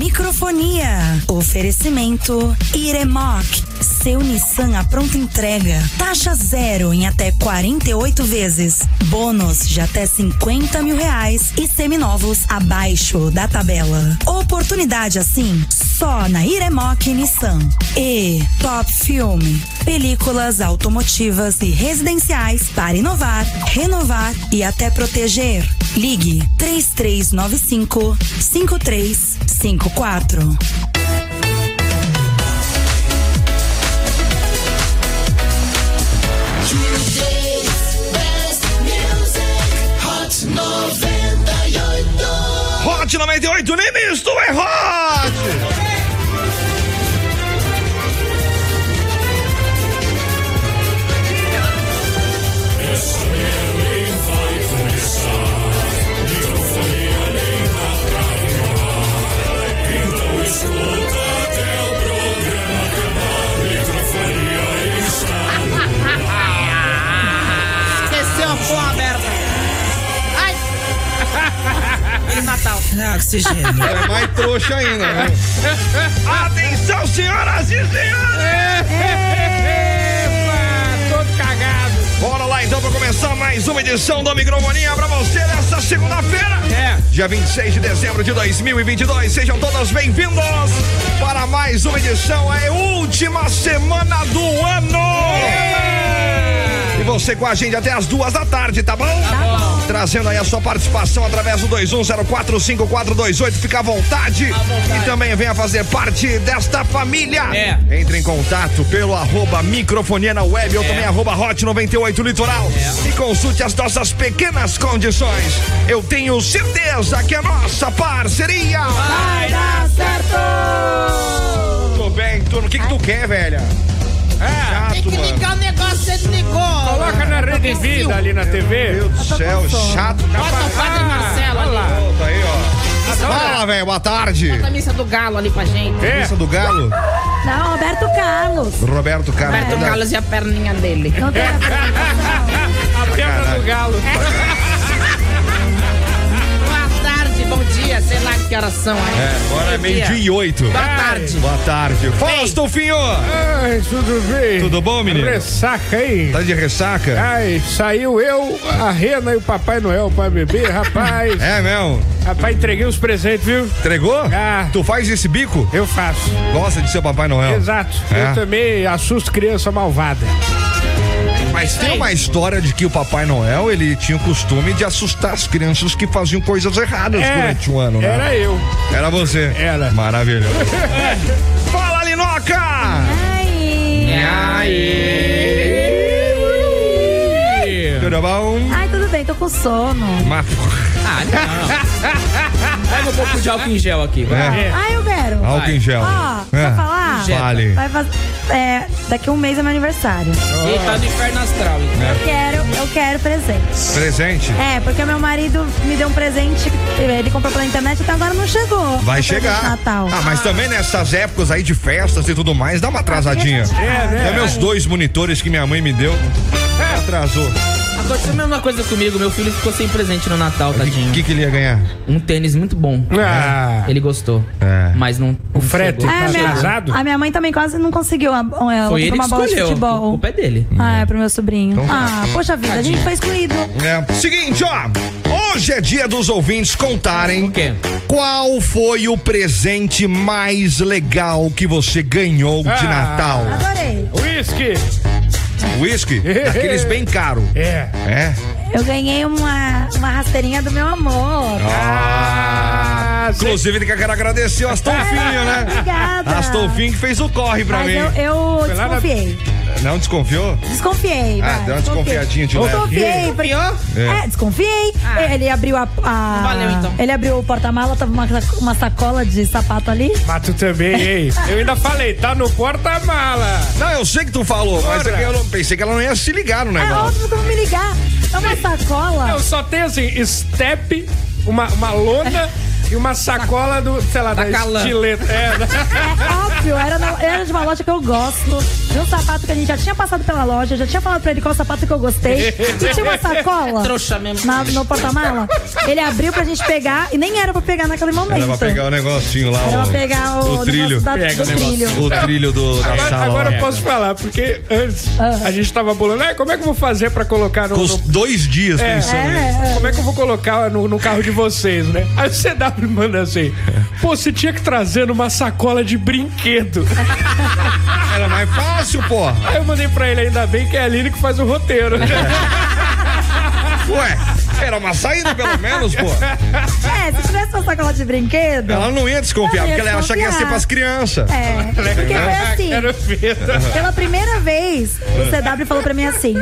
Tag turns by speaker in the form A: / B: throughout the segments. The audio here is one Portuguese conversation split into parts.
A: Microfonia. Oferecimento Iremoc. Seu Nissan à pronta entrega. Taxa zero em até 48 vezes. Bônus de até 50 mil reais e seminovos abaixo da tabela. Oportunidade assim só na Iremoc Nissan. E Top Filme. Películas automotivas e residenciais para inovar, renovar e até proteger. Ligue 3395 5354.
B: Hot 98, nem misto, é hot!
C: Esqueceu a porra aberta. Ai! E Natal.
D: Oxigênio.
B: É mais trouxa ainda, né? Atenção, senhoras e senhores!
C: Todo cagado.
B: Bora lá então pra começar mais uma edição do Microfonia pra você nessa segunda-feira.
C: É.
B: Dia 26 de dezembro de 2022. Sejam todos bem-vindos para mais uma edição. É a última semana do ano. E você com a gente até as duas da tarde, É. tá bom? Trazendo aí a sua participação através do 21045428. Fica à vontade.
C: vontade.
B: E também venha fazer parte desta família.
C: É.
B: Entre em contato pelo arroba microfonia na web ou também arroba hot 98 litoral.
C: É.
B: E consulte as nossas pequenas condições. Eu tenho certeza que a nossa parceria.
C: Vai dar certo! É.
B: Muito bem, turno. O que, que tu quer, velha?
C: Tem
B: Chato,
C: que
B: mano.
C: ligar o negócio, você desligou.
E: Coloca na rede vida ali na TV.
B: Meu Deus do céu, chato.
C: Bota o padre Marcelo
E: olha
C: ali. Então tá.
E: lá.
B: Volta aí, ó. Fala, velho. Boa tarde.
C: Bota a missa do galo ali pra gente.
E: É.
B: Missa do Galo.
A: Não, Roberto Carlos.
B: Roberto tá Carlos.
F: É.
C: Roberto Carlos e a perninha dele.
F: Então,
A: Não tem a ver.
E: A perna do galo.
C: Boa tarde, bom dia, sei lá que horas são aí.
B: É, agora é
C: Bom
B: meio-dia
C: dia.
B: e oito.
C: Boa tarde.
B: Boa tarde. Fala, Estofinho.
E: Ai, tudo bem?
B: Tudo bom, menino?
E: Ressaca aí.
B: Tá de ressaca?
E: Ai, saiu eu, a Rena e o Papai Noel pra beber, rapaz.
B: É mesmo?
E: Rapaz, entreguei os presentes, viu?
B: Entregou?
E: Ah.
B: Tu faz esse bico?
E: Eu faço.
B: Gosta de ser Papai Noel?
E: Ah. Exato.
B: É.
E: Eu também assusto criança malvada.
B: Mas tem uma história de que o Papai Noel, ele tinha o costume de assustar as crianças que faziam coisas erradas durante o ano, né?
E: É. Era eu.
B: Era você.
E: Era.
B: Maravilhoso. Fala, Linoca!
G: Ai.
B: Tudo bom?
G: Ai, tudo bem, tô com sono.
B: Mas,
F: Pega um pouco de álcool em gel aqui, vai.
B: né?
G: Ai, Ubero. Ó,
B: Álcool em gel.
G: oh,
B: É.
G: falar?
B: Fale.
G: Vai fazer. É, daqui um mês é meu aniversário.
F: Ele tá no inferno astral, então.
B: É.
G: Eu quero, eu quero presente.
B: Presente.
G: É, porque meu marido me deu um presente, ele comprou pela internet até agora não chegou.
B: Vai
G: Meu presente
B: chegar.
G: de Natal.
B: Ah, mas também nessas épocas aí de festas e tudo mais, dá uma atrasadinha.
E: É, né?
B: É meus dois monitores que minha mãe me deu.
G: É.
B: Atrasou.
F: Aconteceu a mesma coisa comigo, meu filho ficou sem presente no Natal,
B: O que,
F: tadinho.
B: que, que ele ia ganhar?
F: Um tênis muito bom.
E: Ah,
F: Ele gostou.
B: É.
F: Mas não.
E: o frete
F: chegou.
G: Ah,
E: tá
G: minha-
E: atrasado?
G: A minha mãe também quase não conseguiu a, a,
F: Foi ele que
G: uma bola de
F: escolheu. O
G: futebol.
F: culpa é dele.
G: Ah, é pro meu sobrinho.
B: Então tá.
G: ah, poxa vida, a gente foi excluído.
B: É. Seguinte, ó. Hoje é dia dos ouvintes contarem
F: O quê?
B: qual foi o presente mais legal que você ganhou de
E: Ah.
B: Natal.
G: Adorei.
E: Whisky.
B: Whisky? Daqueles bem caro.
E: É.
B: É?
G: Eu ganhei uma, uma rasteirinha do meu amor.
E: Ah, sei.
B: Inclusive, que eu quero agradecer o Astolfinho, né?
G: Obrigada.
B: Astolfinho que fez o corre pra
G: Mas
B: mim.
G: eu, eu
E: Foi lá na-
G: desconfiei.
B: Não desconfiou?
G: Desconfiei.
B: Ah,
G: vai,
B: deu uma desconfiadinha de leve.
G: Desconfiei. porque-
B: É.
G: É. desconfiei. Ele abriu a. a-
F: Ah. valeu, então.
G: Ele abriu o porta-mala, tava uma, uma sacola de sapato ali.
E: Mas tu também, hein? Eu ainda falei, tá no porta-mala.
B: Não, eu sei que tu falou, mas
E: Ora.
B: é que eu não- pensei que ela não ia se ligar no
G: É
B: negócio.
G: óbvio que eu vou me ligar. É uma sacola.
E: Não, só tem assim, step, uma, uma lona, E uma sacola do, sei lá, da,
C: Calan.
E: estileta. É, da-
G: É óbvio, era, na- era de uma loja que eu gosto, de um sapato que a gente já tinha passado pela loja, já tinha falado pra ele qual sapato que eu gostei, e tinha uma sacola
F: É Trouxa mesmo.
G: na, no porta-mala. Ele abriu pra gente pegar, e nem era pra pegar naquele momento.
B: Era pra pegar o negocinho lá,
G: Era pra então. pegar o,
B: o, trilho.
G: negócio da- do trilho.
B: O trilho do, da
E: Agora,
B: sala.
E: agora
B: lá.
E: eu posso falar, porque antes
G: Ah.
E: a gente tava bolando, "Ah, como é que eu vou fazer pra colocar no,
B: Com os
E: no-
B: dois dias
E: É.
B: pensando nisso.
G: É, é.
E: Como é que eu vou colocar no, no carro de vocês, né? Aí o CW manda assim: Pô, você tinha que trazer numa sacola de brinquedo.
B: Era mais fácil, pô.
E: Aí eu mandei pra ele, ainda bem que é a Aline que faz o roteiro.
B: Ué, era uma saída pelo menos, pô.
G: É, se tivesse uma sacola de brinquedo.
B: Ela não ia desconfiar,
G: Ela ia
B: porque ela ia achar que ia ser
G: desconfiar.
B: pras crianças.
G: É, porque foi assim.
E: Era feita.
G: Pela primeira vez, o CW falou pra mim assim: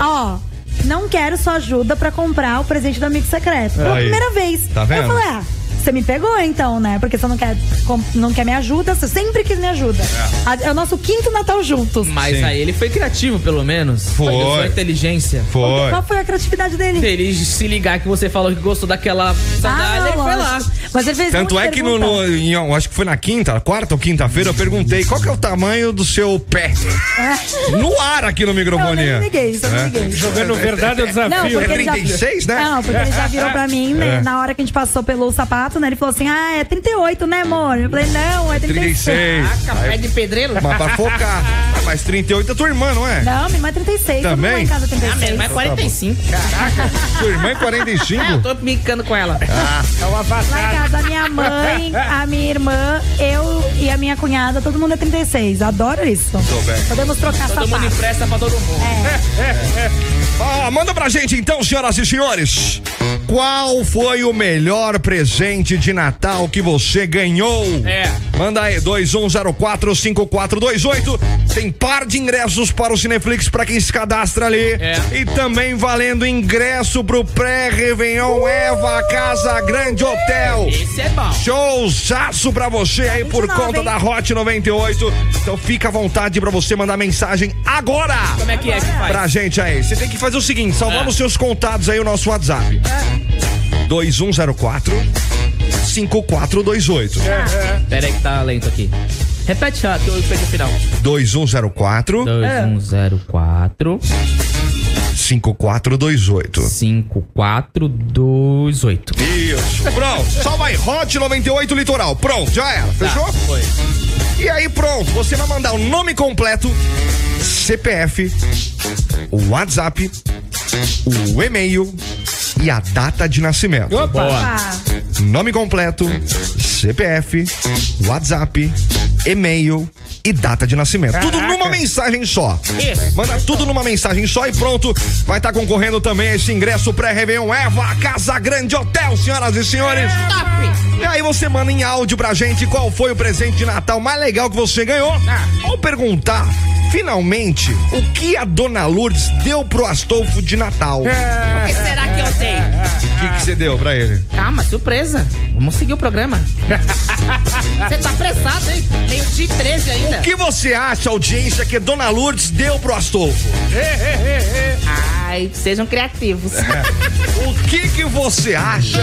G: Ó, não quero sua ajuda pra comprar o presente do amigo secreto. Pela
B: Aí.
G: primeira vez.
B: Tá vendo?
G: Eu falei: Ah, você me pegou então, né? Porque você não quer, com- não quer me ajuda, você sempre quis me ajuda. A- É, o nosso quinto Natal juntos.
F: Mas
B: Sim.
F: aí ele foi criativo, pelo menos.
B: Foi.
F: Ele foi inteligência.
B: Foi.
G: Qual foi a criatividade dele?
F: Ele se ligar que você falou que gostou daquela sandália e tá, foi lá.
G: Ah, lógico. Mas ele fez
B: Tanto
G: muita
B: é que no,
G: pergunta.
B: no- em- eu acho que foi na quinta, quarta ou quinta-feira, eu perguntei qual que é o tamanho do seu pé. No ar aqui no
G: Eu nem
B: microfonia.
G: me liguei, isso eu não
B: É.
G: me liguei.
E: Jogando verdade é
G: Não,
E: desafio.
G: porque
B: É
G: ele já-
B: 36, né?
G: Não, porque ele já virou pra mim, né,
B: É.
G: na hora que a gente passou pelo sapato, né? Ele falou assim: ah, é 38, né, amor? Eu falei: não, é 36.
B: 36.
C: Café de pedreiro?
F: Tá
B: Mas pra focar. Ah, Mas 38 é tua irmã, não é?
G: Não, minha irmã é 36.
B: Também?
G: Todo mundo em casa é
F: Ah,
G: 36.
F: mesmo,
C: Então tá
F: mas 45.
B: Tua irmã é 45?
F: Eu tô brincando com ela.
E: É uma
G: Lá em
E: vacada.
G: casa, a minha mãe, a minha irmã, eu e a minha cunhada, todo mundo é 36. Adoro isso.
B: Tô bem.
G: Podemos trocar
F: Todo mundo
G: sapato.
F: empresta pra todo mundo.
B: Ó, Ah, manda pra gente então, senhoras e senhores. Qual foi o melhor presente de Natal que você ganhou?
F: É.
B: Manda aí, 21045428. Tem par de ingressos para o Cineflix pra quem se cadastra ali.
F: É.
B: E também valendo ingresso pro pré-Réveillon Eva Casa Grande Hotel.
F: Esse é bom.
B: Showzaço pra você aí por
G: 29,
B: conta
G: hein?
B: da Hot 98. Então fica à vontade pra você mandar mensagem agora
F: Como é que é que faz?
B: pra gente aí. Você tem que fazer o seguinte: salvar
F: Ah.
B: nos seus contados aí o nosso WhatsApp. 2104 5428.
F: Pera aí que tá lento aqui. Repete ó, que eu peguei o final.
B: É. 2104
H: Tá.
F: 2104
B: 5428.
F: 5428.
B: Isso. Pronto. Salva aí. Hot 98 Litoral. Pronto, já era. Fechou?
F: Foi.
B: E aí, pronto. Você vai mandar o nome completo, CPF, o WhatsApp, o e-mail e a data de nascimento.
E: Opa!
G: Ah,
B: Nome completo, CPF, WhatsApp, e-mail e data de nascimento. Tudo numa mensagem só.
F: Isso.
B: Manda tudo numa mensagem só e pronto. Vai estar concorrendo também a esse ingresso pré-Réveillon Eva Casa Grande Hotel, senhoras e senhores. E aí você manda em áudio pra gente qual foi o presente de Natal mais legal que você ganhou. Ou perguntar, finalmente, o que a Dona Lourdes deu pro Astolfo de Natal.
C: É.
F: O que será que eu sei?
B: O que que você deu pra ele?
F: Calma, surpresa. Vamos seguir o programa. Você tá apressado, hein? Meio dia e 13 ainda.
B: O que você acha, audiência, que Dona Lourdes deu pro Astolfo?
F: Ai, sejam criativos.
B: O que que você acha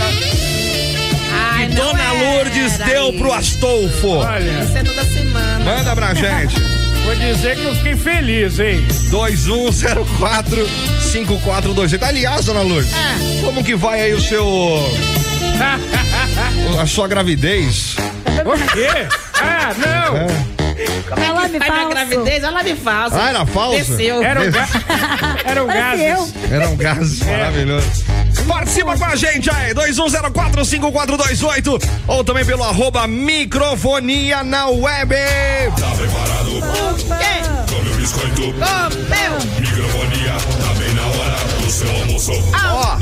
F: Ai,
B: que Dona Lourdes deu pro Astolfo?
E: Olha,
F: Isso é toda semana.
B: Manda pra gente.
E: vou dizer que eu fiquei feliz, hein?
B: 21045428. Aliás, Dona Lourdes, como que vai aí o seu... A sua gravidez? É.
E: O quê? Ah, não!
G: ela me
F: Ai, minha
G: falso.
F: gravidez, ela me falsa.
B: Ah, era falso?
F: Desceu.
C: É
E: Era um, ga... Era um
G: Parece
E: gases.
B: Era um gás maravilhoso. Participa com a gente aí, 21045428 ou também pelo arroba microfonia na web. Ó,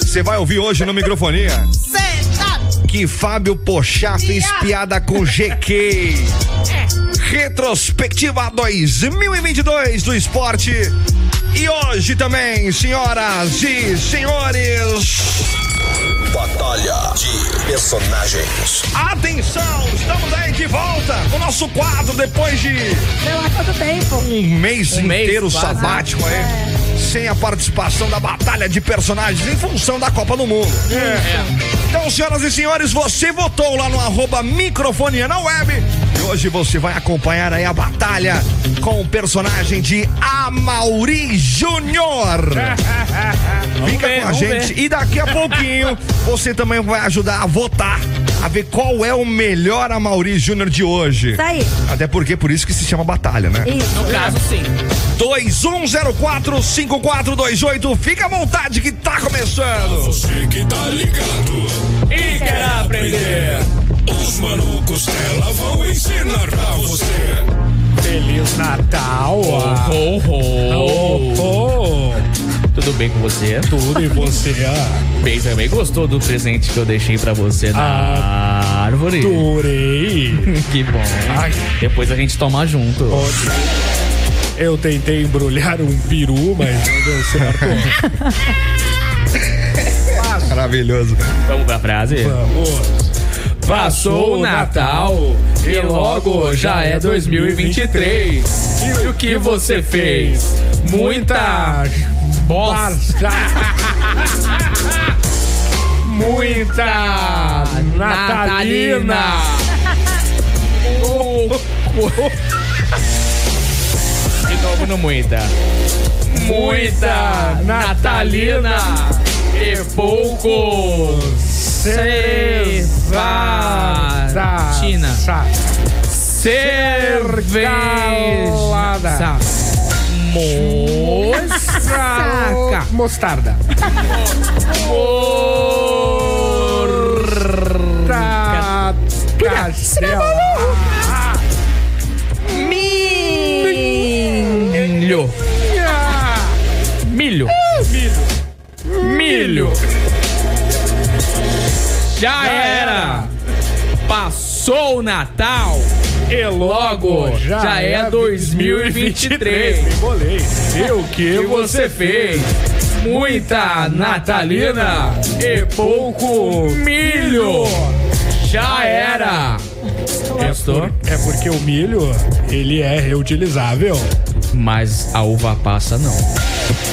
B: você vai ouvir hoje no microfonia que Fábio Pochá fez piada com GQ. Retrospectiva 2022 do esporte. E hoje também, senhoras e senhores,
D: Batalha de personagens.
B: atenção, estamos aí de volta com o nosso quadro depois de
G: Sei lá quanto tempo.
B: um mês
F: mês,
B: inteiro
F: quase.
B: sabático aí.
E: É.
B: sem a participação da batalha de personagens em função da Copa do Mundo.
E: É.
B: Então, senhoras e senhores, você votou lá no arroba microfonia na web. E hoje você vai acompanhar aí a batalha com o personagem de Amauri Júnior. Fica
E: ver,
B: com a
E: vamos
B: gente e daqui a pouquinho você também vai ajudar a votar, a ver qual é o melhor Amauri Júnior de hoje.
G: Isso Tá aí.
B: Até porque é por isso que se chama batalha, né?
G: Isso.
F: No caso, sim.
B: 21045428. Fica à vontade que tá começando.
I: Você que tá ligado e quer aprender. Os malucos dela vão ensinar pra você.
E: Feliz Natal! ah.
H: Ho, ho.
E: Oh,
H: Tudo bem com você?
E: tudo e você? ah?
H: Bem também. Gostou do presente que eu deixei pra você na árvore?
E: Adorei!
H: Que bom.
E: Ah, Ai.
H: Depois a gente toma junto.
E: Eu tentei embrulhar um peru, mas não deu certo.
B: Maravilhoso.
H: Vamos pra frase?
E: Vamos.
H: Passou o Natal e logo já é 2023. E o que você fez? Muita bosta.
E: Muita
H: Natalina.
E: Natalina!
H: De novo no muita. Muita Natalina e pouco Cervatina. Cerveja.
E: Cercalada.
H: Mossaca.
E: Mostarda. Tá.
H: Milho. Ah, Milho. Milho. Já era. Passou o Natal.
E: E
H: Logo, já é 2023.
E: Me bolei. E o que
H: E você fez muita natalina e pouco milho. Já era. Restou?
E: É porque o milho, ele é reutilizável.
H: Mas a uva passa não.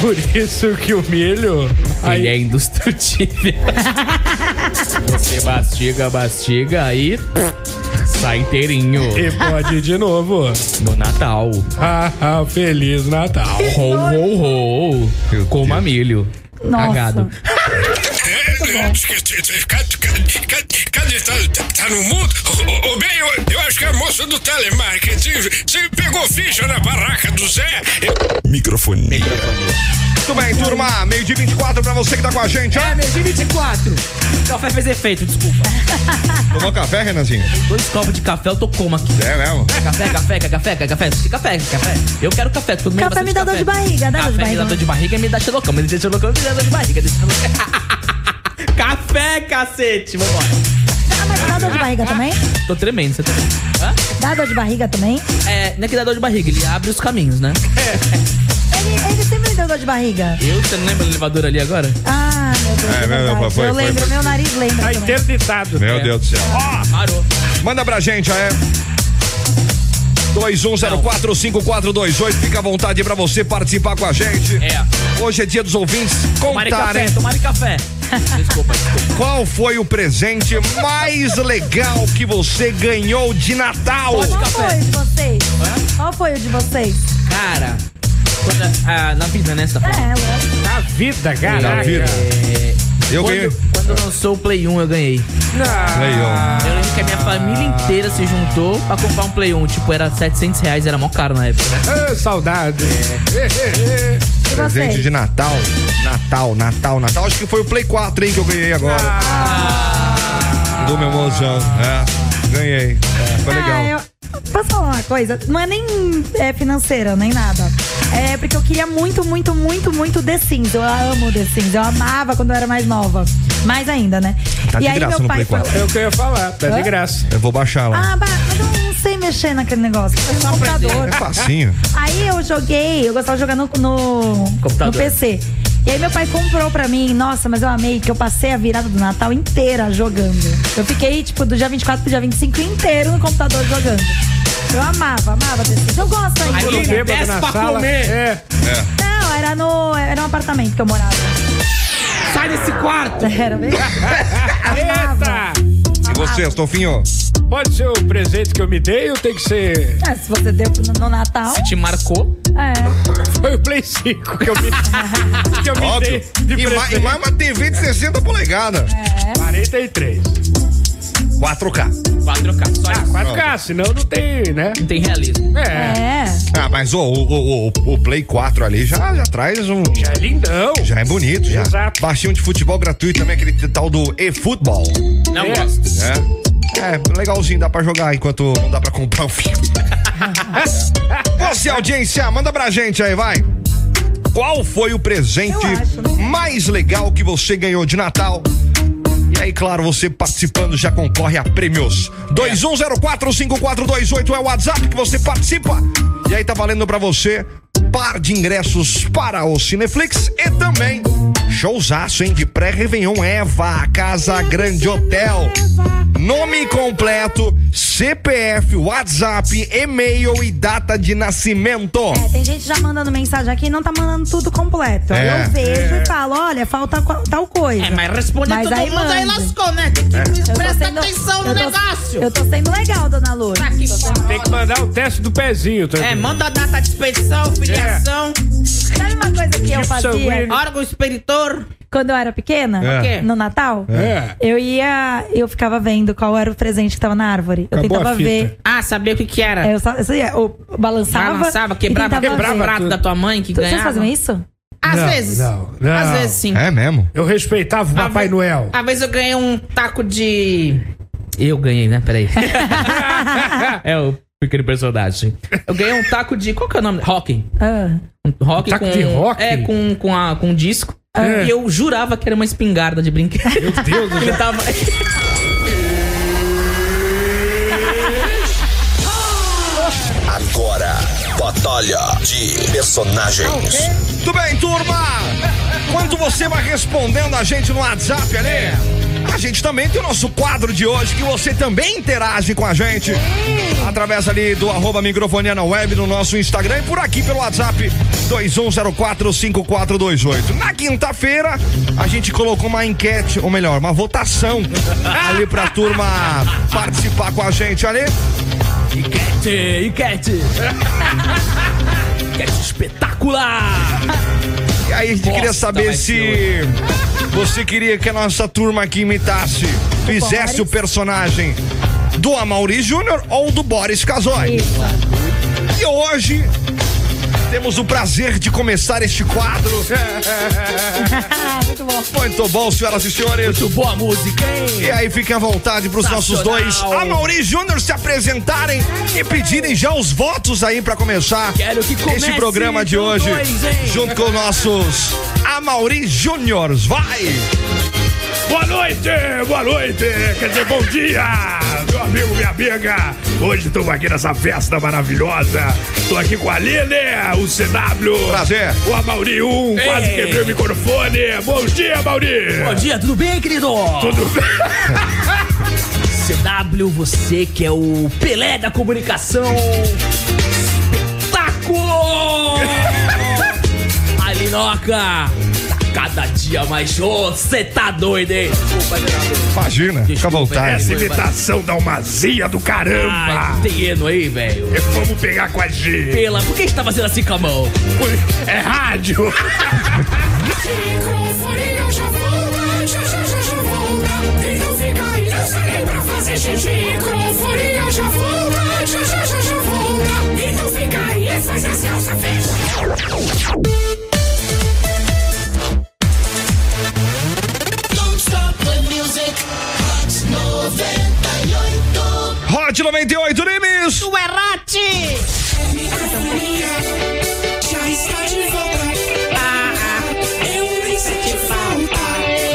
E: Por isso que o milho.
H: Ele
E: Aí,
H: é indestrutível. você mastiga, mastiga aí sai inteirinho
B: é-
E: e pode ir de novo.
H: no Natal.
E: Ah, ah, Feliz Natal.
H: Rou, rou, rou. Coma milho.
G: Nossa.
H: Cagado.
I: Cadê, cadê, cadê, cadê? Tá, tá- tá no mundo? Ô, ô, bem, eu, eu acho que a moça do telemarketing se pegou ficha na barraca do Zé. Eu-
D: Microfonia.
B: Muito bem, turma. Meio de 24 pra você que tá com a gente. ó.
F: É, meu de 24. Café fez efeito, desculpa.
B: Tomou café, Renanzinho?
F: Dois copos de café, eu tô como aqui.
B: É mesmo.
F: Café, café, café, café, café, café, café. Eu quero café, todo mundo
G: Café me dá dor de barriga, dá
F: Café
G: dor de
F: me dá dor
G: barriga.
F: de barriga e me dá xilocão, mas me dá xilocão e me dá dor de barriga. deixa xilocão. café, cacete, vambora.
G: Ah, mas dá dor de barriga também?
F: Tô tremendo, você tá
G: Dá dor de barriga também?
F: É, não é que dá dor de barriga, ele abre os caminhos, né?
G: Ele, ele sempre me deu dor de barriga.
F: Eu, você não lembra do elevador ali agora?
G: Ah, meu Deus.
B: É,
G: É,
B: meu,
G: verdade.
B: foi, foi,
G: eu lembro,
B: foi.
G: meu nariz lembra.
E: Tá
G: também.
E: interditado.
B: Meu
F: É.
B: Deus do céu.
F: Parou.
B: Manda pra gente, é. 21045428. Fica à vontade pra você participar com a gente.
F: É.
B: Hoje é dia dos ouvintes
F: Tomare café,
B: contarem
F: tomare café. Desculpa, desculpa.
B: qual foi o presente mais legal que você ganhou de Natal.
G: Qual foi o de vocês? Qual foi o de vocês?
F: Cara, quando- ah, na vida, né, você tá
G: É,
F: falando?
G: lógico.
E: Na vida, caraca.
B: Na vida.
F: É,
B: Eu ganhei.
F: quando, quando lançou o Play 1, eu ganhei.
B: Aí, ó.
F: Eu lembro que a minha família inteira se juntou pra comprar um Play 1. Tipo, era 700 reais, era mó caro na época, né?
E: Ah, saudade.
G: E
B: Presente
G: vocês?
B: de Natal. Natal, Natal, Natal. Acho que foi o Play 4, hein, que eu ganhei agora. Do meu mozão. É, ganhei. É, foi legal.
G: Ah, eu... Posso falar uma coisa? Não é nem é, financeira, nem nada. É porque eu queria muito, muito, muito, muito The Sims. Eu amo The Sims. Eu amava quando eu era mais nova. Mais ainda, né?
B: Tá de
G: e aí
B: graça
G: meu
B: no
G: pai
B: Play 4.
G: foi.
E: É o que eu ia falar, tá de graça.
B: Eu vou baixar lá.
G: Ah, bah, mas eu não sei mexer naquele negócio. Eu no computador.
B: É facinho.
G: Aí eu joguei, eu gostava de jogar no, no,
F: Computador.
G: no PC. E aí meu pai comprou pra mim, nossa, mas eu amei que eu passei a virada do Natal inteira jogando. Eu fiquei, tipo, do dia 24 pro dia 25 inteiro no computador jogando. Eu amava, amava desse. Eu gosto ainda.
E: Bêbado na
F: pra
E: sala.
F: comer.
E: É,
G: Não, Não, era no. Era um apartamento que eu morava.
C: Sai desse quarto!
G: Era bem.
E: Eita!
B: E você, Estofinho?
E: Pode ser o presente que eu me dei ou tem que ser.
G: Ah, se você deu no, no Natal.
H: Te marcou?
G: É.
E: Foi o Play 5 que eu me, que eu me dei
B: Óbvio.
E: de
B: E, ma- e
E: presente.
B: mais uma TV de 60 polegadas.
G: É.
E: 43.
B: 4K.
H: Vai trocar. Só
E: Ah, 4K, senão não tem, né?
H: tem realismo.
E: É.
G: É.
B: Ah, mas ô, o, o, o, o Play 4 ali já, já traz um.
E: É lindão.
B: Já é bonito, já.
E: Exato.
B: Baixinho de futebol gratuito também, aquele tal do e-futebol.
H: Não
E: É.
H: gosto.
B: É. É, legalzinho, dá pra jogar enquanto não dá pra comprar o filme.
E: É,
B: Você, audiência, manda pra gente aí, vai. Qual foi o presente
G: Eu acho, né?
B: mais legal que você ganhou de Natal? E aí, claro, você participando já concorre a prêmios. 21045428 é o WhatsApp que você participa. E aí tá valendo pra você um par de ingressos para o Cineflix e também showzaço, hein, de pré-Réveillon Eva, Casa Grande Hotel. Nome completo, CPF, WhatsApp, e-mail e data de nascimento.
G: É, tem gente já mandando mensagem aqui e não tá mandando tudo completo. Aí
B: É.
G: Então eu vejo e falo, olha, falta qual- tal coisa.
F: É, mas responder
G: Mas
F: todo
G: aí
F: mundo aí
G: manda. É.
F: lascou, né? Tem que
G: Eu tô
F: prestar
G: sendo-
F: atenção no
G: eu tô-
F: negócio.
G: Eu tô sendo legal, dona Lourdes.
F: Tá aqui, porra.
E: Tem que mandar o teste do pezinho também.
F: É, manda a data de expedição, filiação,
G: Sabe uma coisa que eu fazia
E: Sanguíneo.
F: órgão expeditor.
G: quando eu era pequena?
F: É.
G: No Natal?
E: É.
G: Eu ia, eu ficava vendo qual era o presente que tava na árvore. Eu
E: Acabou a
G: tentava
E: fita.
G: ver.
F: Ah, sabia o que que era?
G: Eu, só- eu, só ia- eu balançava.
F: Balançava,
G: e
F: quebrava,
G: tentava
E: quebrava
G: ver.
F: o prato
E: tudo.
F: da tua mãe que
G: Tu- Vocês
F: ganhava.
G: faziam isso?
F: Às
E: Não,
F: vezes.
E: não, não.
F: Às vezes sim.
B: É mesmo?
E: Eu respeitava o
F: Às
E: Papai
F: ve-
E: Noel.
F: Às vezes eu ganhei um taco de. Eu ganhei, né? Peraí.
H: É o pequeno personagem.
F: Eu ganhei um taco de. Qual que é o nome? Rock.
G: Ah.
F: Um rock
E: Taco
F: com,
E: de rock?
F: É, com, com, a, com um disco.
E: É.
F: E eu jurava que era uma espingarda de brinquedo.
E: Meu Deus do
F: Ele
E: céu.
F: tava.
D: Agora, Batalha de Personagens.
B: Tudo bem, turma? Enquanto você vai respondendo a gente no WhatsApp ali, a gente também tem o nosso quadro de hoje que você também interage com a gente através ali do arroba microfonia na web no nosso Instagram e por aqui pelo WhatsApp 21045428. Na quinta-feira, a gente colocou uma enquete, ou melhor, uma votação ali pra turma participar com a gente ali.
H: Enquete, enquete. enquete espetacular.
B: E aí a gente
H: Bosta,
B: queria saber
H: vai
B: se
H: ser
B: você queria que a nossa turma aqui imitasse, fizesse o personagem do Amaury Júnior ou do Boris Casoy. E hoje temos o prazer de começar este quadro.
G: Muito bom.
B: Muito bom, senhoras e senhores.
H: Muito boa música,
B: E
H: hein?
B: aí fiquem à vontade para os nossos dois
H: Sensacional.
B: Amaury e Júnior se apresentarem e pedirem já os votos aí para começar
H: Quero que comece
B: este programa de
H: com
B: hoje
H: dois, hein?
B: junto com os nossos Amaury Júniors. Vai!
E: Boa noite, boa noite, quer dizer, bom dia, meu amigo, minha amiga. Hoje estamos aqui nessa festa maravilhosa. Estou aqui com a Aline, o CW.
B: Prazer.
E: O Amauri 1, quase
H: Ei.
E: quebrei o microfone. Bom dia, Amauri.
H: Bom dia, tudo bem, querido?
E: Tudo bem?
H: CW, você que é o Pelé da comunicação. Espetáculo! Alinoca, cada dia mais jovem. Você tá doido, hein? Desculpa, Geraldo.
B: Imagina, fica à
H: Desculpa, é assim.
B: vontade.
E: Essa imitação da almazia do
H: Ai,
E: caramba.
H: tem eno Ah, aí, velho.
E: Vamos pegar com a G.
H: Pela, por que você tá fazendo assim com a mão?
E: É rádio.
B: Hot 98 Nimes!
F: Tu é Rati!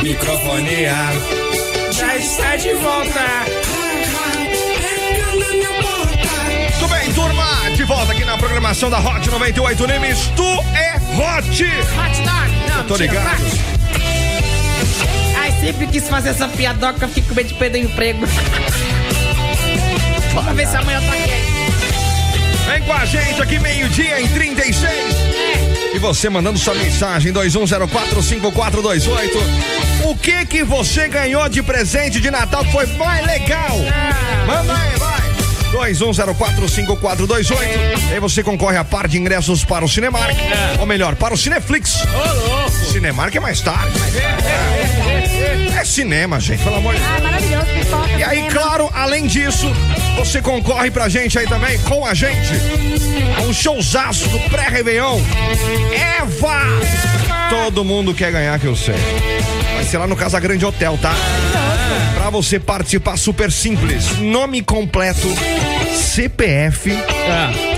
B: Microfonia.
E: Já está de volta.
B: Tudo bem, turma? De volta aqui na programação da Hot 98 Nimes. Tu é Hot!
F: Hot dog! Não,
B: Tô
F: mentira,
B: ligado.
F: Rati. Ai, sempre quis fazer essa piadoca, fiquei com medo de perder o emprego. Vamos ver se amanhã eu tô aqui.
B: Vem com a gente aqui, meio-dia em 36. E você mandando sua mensagem, 21045428. O que que você ganhou de presente de Natal que foi mais legal? Manda aí, vai. 21045428. Aí você concorre a par de ingressos para o Cinemark. Ou melhor, para o Cineflix. Cinemark é mais tarde. É cinema, gente, pelo amor de Deus.
G: Ah, maravilhoso, pipoca. é
B: E aí, claro, além disso, você concorre pra gente aí também, com a gente, a um showzaço do pré-reveillon. Eva! Todo mundo quer ganhar, que eu sei. Vai ser lá no Casa Grande Hotel, tá? Pra você participar, super simples. Nome completo, CPF,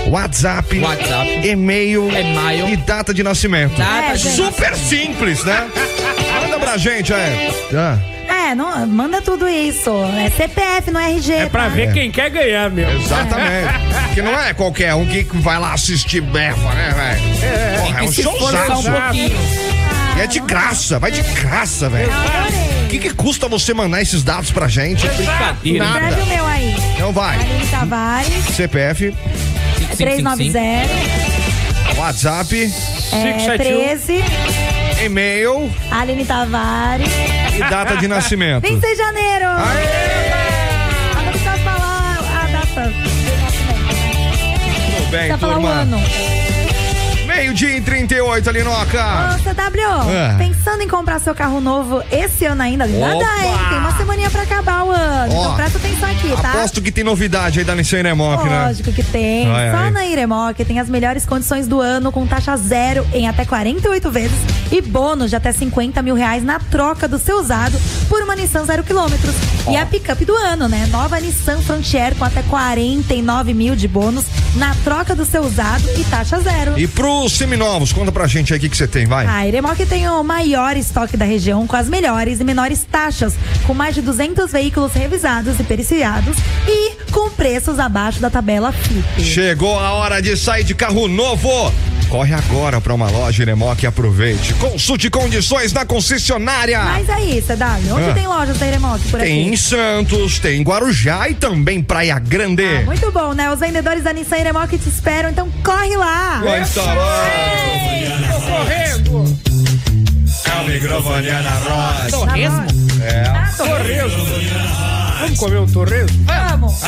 B: WhatsApp,
H: Ah, WhatsApp,
B: e-mail,
H: e-mail,
B: e data de nascimento.
G: né,
H: Data de-
B: Super simples, né? Manda pra gente aí. Ah.
G: É, não, manda tudo isso. É CPF, não é RG.
J: É pra
G: tá?
J: ver quem quer ganhar, meu.
B: Exatamente. que não é qualquer um que vai lá assistir Befa, né, velho? Porra, é um
F: Se esforçar um
B: showzaço.
F: pouquinho.
B: E É de graça, vai de graça, velho. O que, que custa você mandar esses dados pra gente?
H: Brincadeira.
B: Nada.
G: Escreve o meu aí.
B: Então vai.
G: Aline Tavares,
B: CPF,
H: Cinco, cinco, cinco, cinco.
G: 390,
B: WhatsApp, um.
G: é, 13,
B: e-mail
G: Aline Tavares,
B: e data de nascimento.
G: 26 de janeiro. Agora precisa falar a data.
B: Tudo bem,
G: Precisa falar o ano.
B: turma. Meio-dia e 38, Alinoca.
G: Ô, CW,
B: Ah.
G: pensando em comprar seu carro novo esse ano ainda? Nada
B: Opa!
G: aí, tem uma semaninha pra acabar o ano.
B: Ó,
G: Então presta atenção aqui, tá?
B: Aposto que tem novidade aí da Nissan Iremop, né?
G: Lógico que tem.
B: Ai,
G: Só
B: ai.
G: na Iremoc tem as melhores condições do ano, com taxa zero em até 48 vezes e bônus de até 50 mil reais na troca do seu usado por uma Nissan zero quilômetros. E a picape do ano, né? Nova Nissan Frontier com até 49 mil de bônus na troca do seu usado e taxa zero.
B: E pros seminovos, conta pra gente aí o que que você tem, vai.
G: A Iremoc tem o maior estoque da região com as melhores e menores taxas, com mais de 200 veículos revisados e periciados e com preços abaixo da tabela FIP.
B: Chegou a hora de sair de carro novo. Corre agora para uma loja Iremoc e aproveite. Consulte condições na concessionária.
G: Mas é aí, CW, onde
B: Ah.
G: tem lojas da Iremoc por aqui?
B: Tem em Santos, tem em Guarujá e também Praia Grande.
G: Muito bom, né? Os vendedores da Nissan Iremoc te esperam, então corre lá!
B: Vai estar correndo. o microfone na roda.
F: Torresmo?
B: É,
J: Vamos comer um torresmo?
G: Vamos!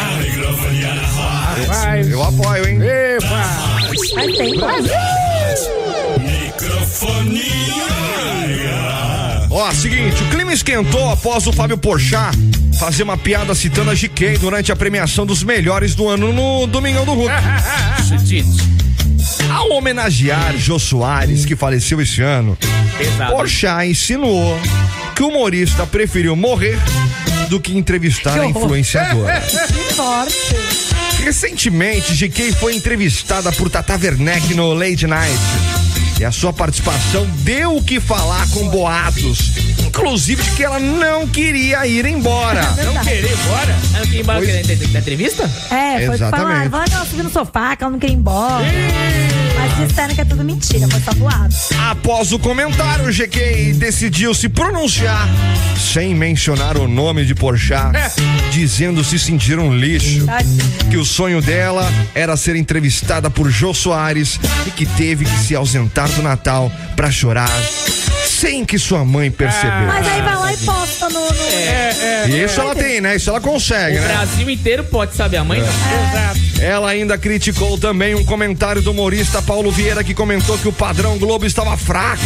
J: Vai.
B: Eu apoio, hein?
J: Epa!
G: Faz tempo.
B: Ó, seguinte, o clima esquentou após o Fábio Porchat fazer uma piada citando a GK durante a premiação dos melhores do ano no Domingão do Hulk. Ao homenagear Jô Soares, que faleceu esse ano,
H: Pesado.
B: Porchat insinuou que o humorista preferiu morrer do que entrevistar a influenciadora.
G: Que forte!
B: Recentemente, GK foi entrevistada por Tata Werneck no Late Night. E a sua participação deu o que falar com boatos, inclusive de que ela não queria ir embora.
J: Não querer, bora!
F: Ela tem embora
B: Pois-
F: que- da entrevista?
G: É, foi
B: Exatamente.
G: falar, falar que ela subiu no sofá, que ela não queria ir embora. Mas disseram que é tudo mentira, foi tabuado.
B: Após o comentário, o GK decidiu se pronunciar sem mencionar o nome de Porchat,
G: É.
B: dizendo se sentir um lixo.
G: Tadinha.
B: que o sonho dela era ser entrevistada por Jô Soares e que teve que se ausentar do Natal pra chorar sem que sua mãe percebeu.
G: Ah, Mas
F: Ah,
G: é aí vai lá e posta no. no-
F: É,
B: E isso ela tem, né? Isso ela consegue,
F: O
B: né?
F: Brasil inteiro pode saber a mãe. não.
B: Ela ainda criticou também um comentário do humorista Paulo Vieira que comentou que o padrão Globo estava fraco,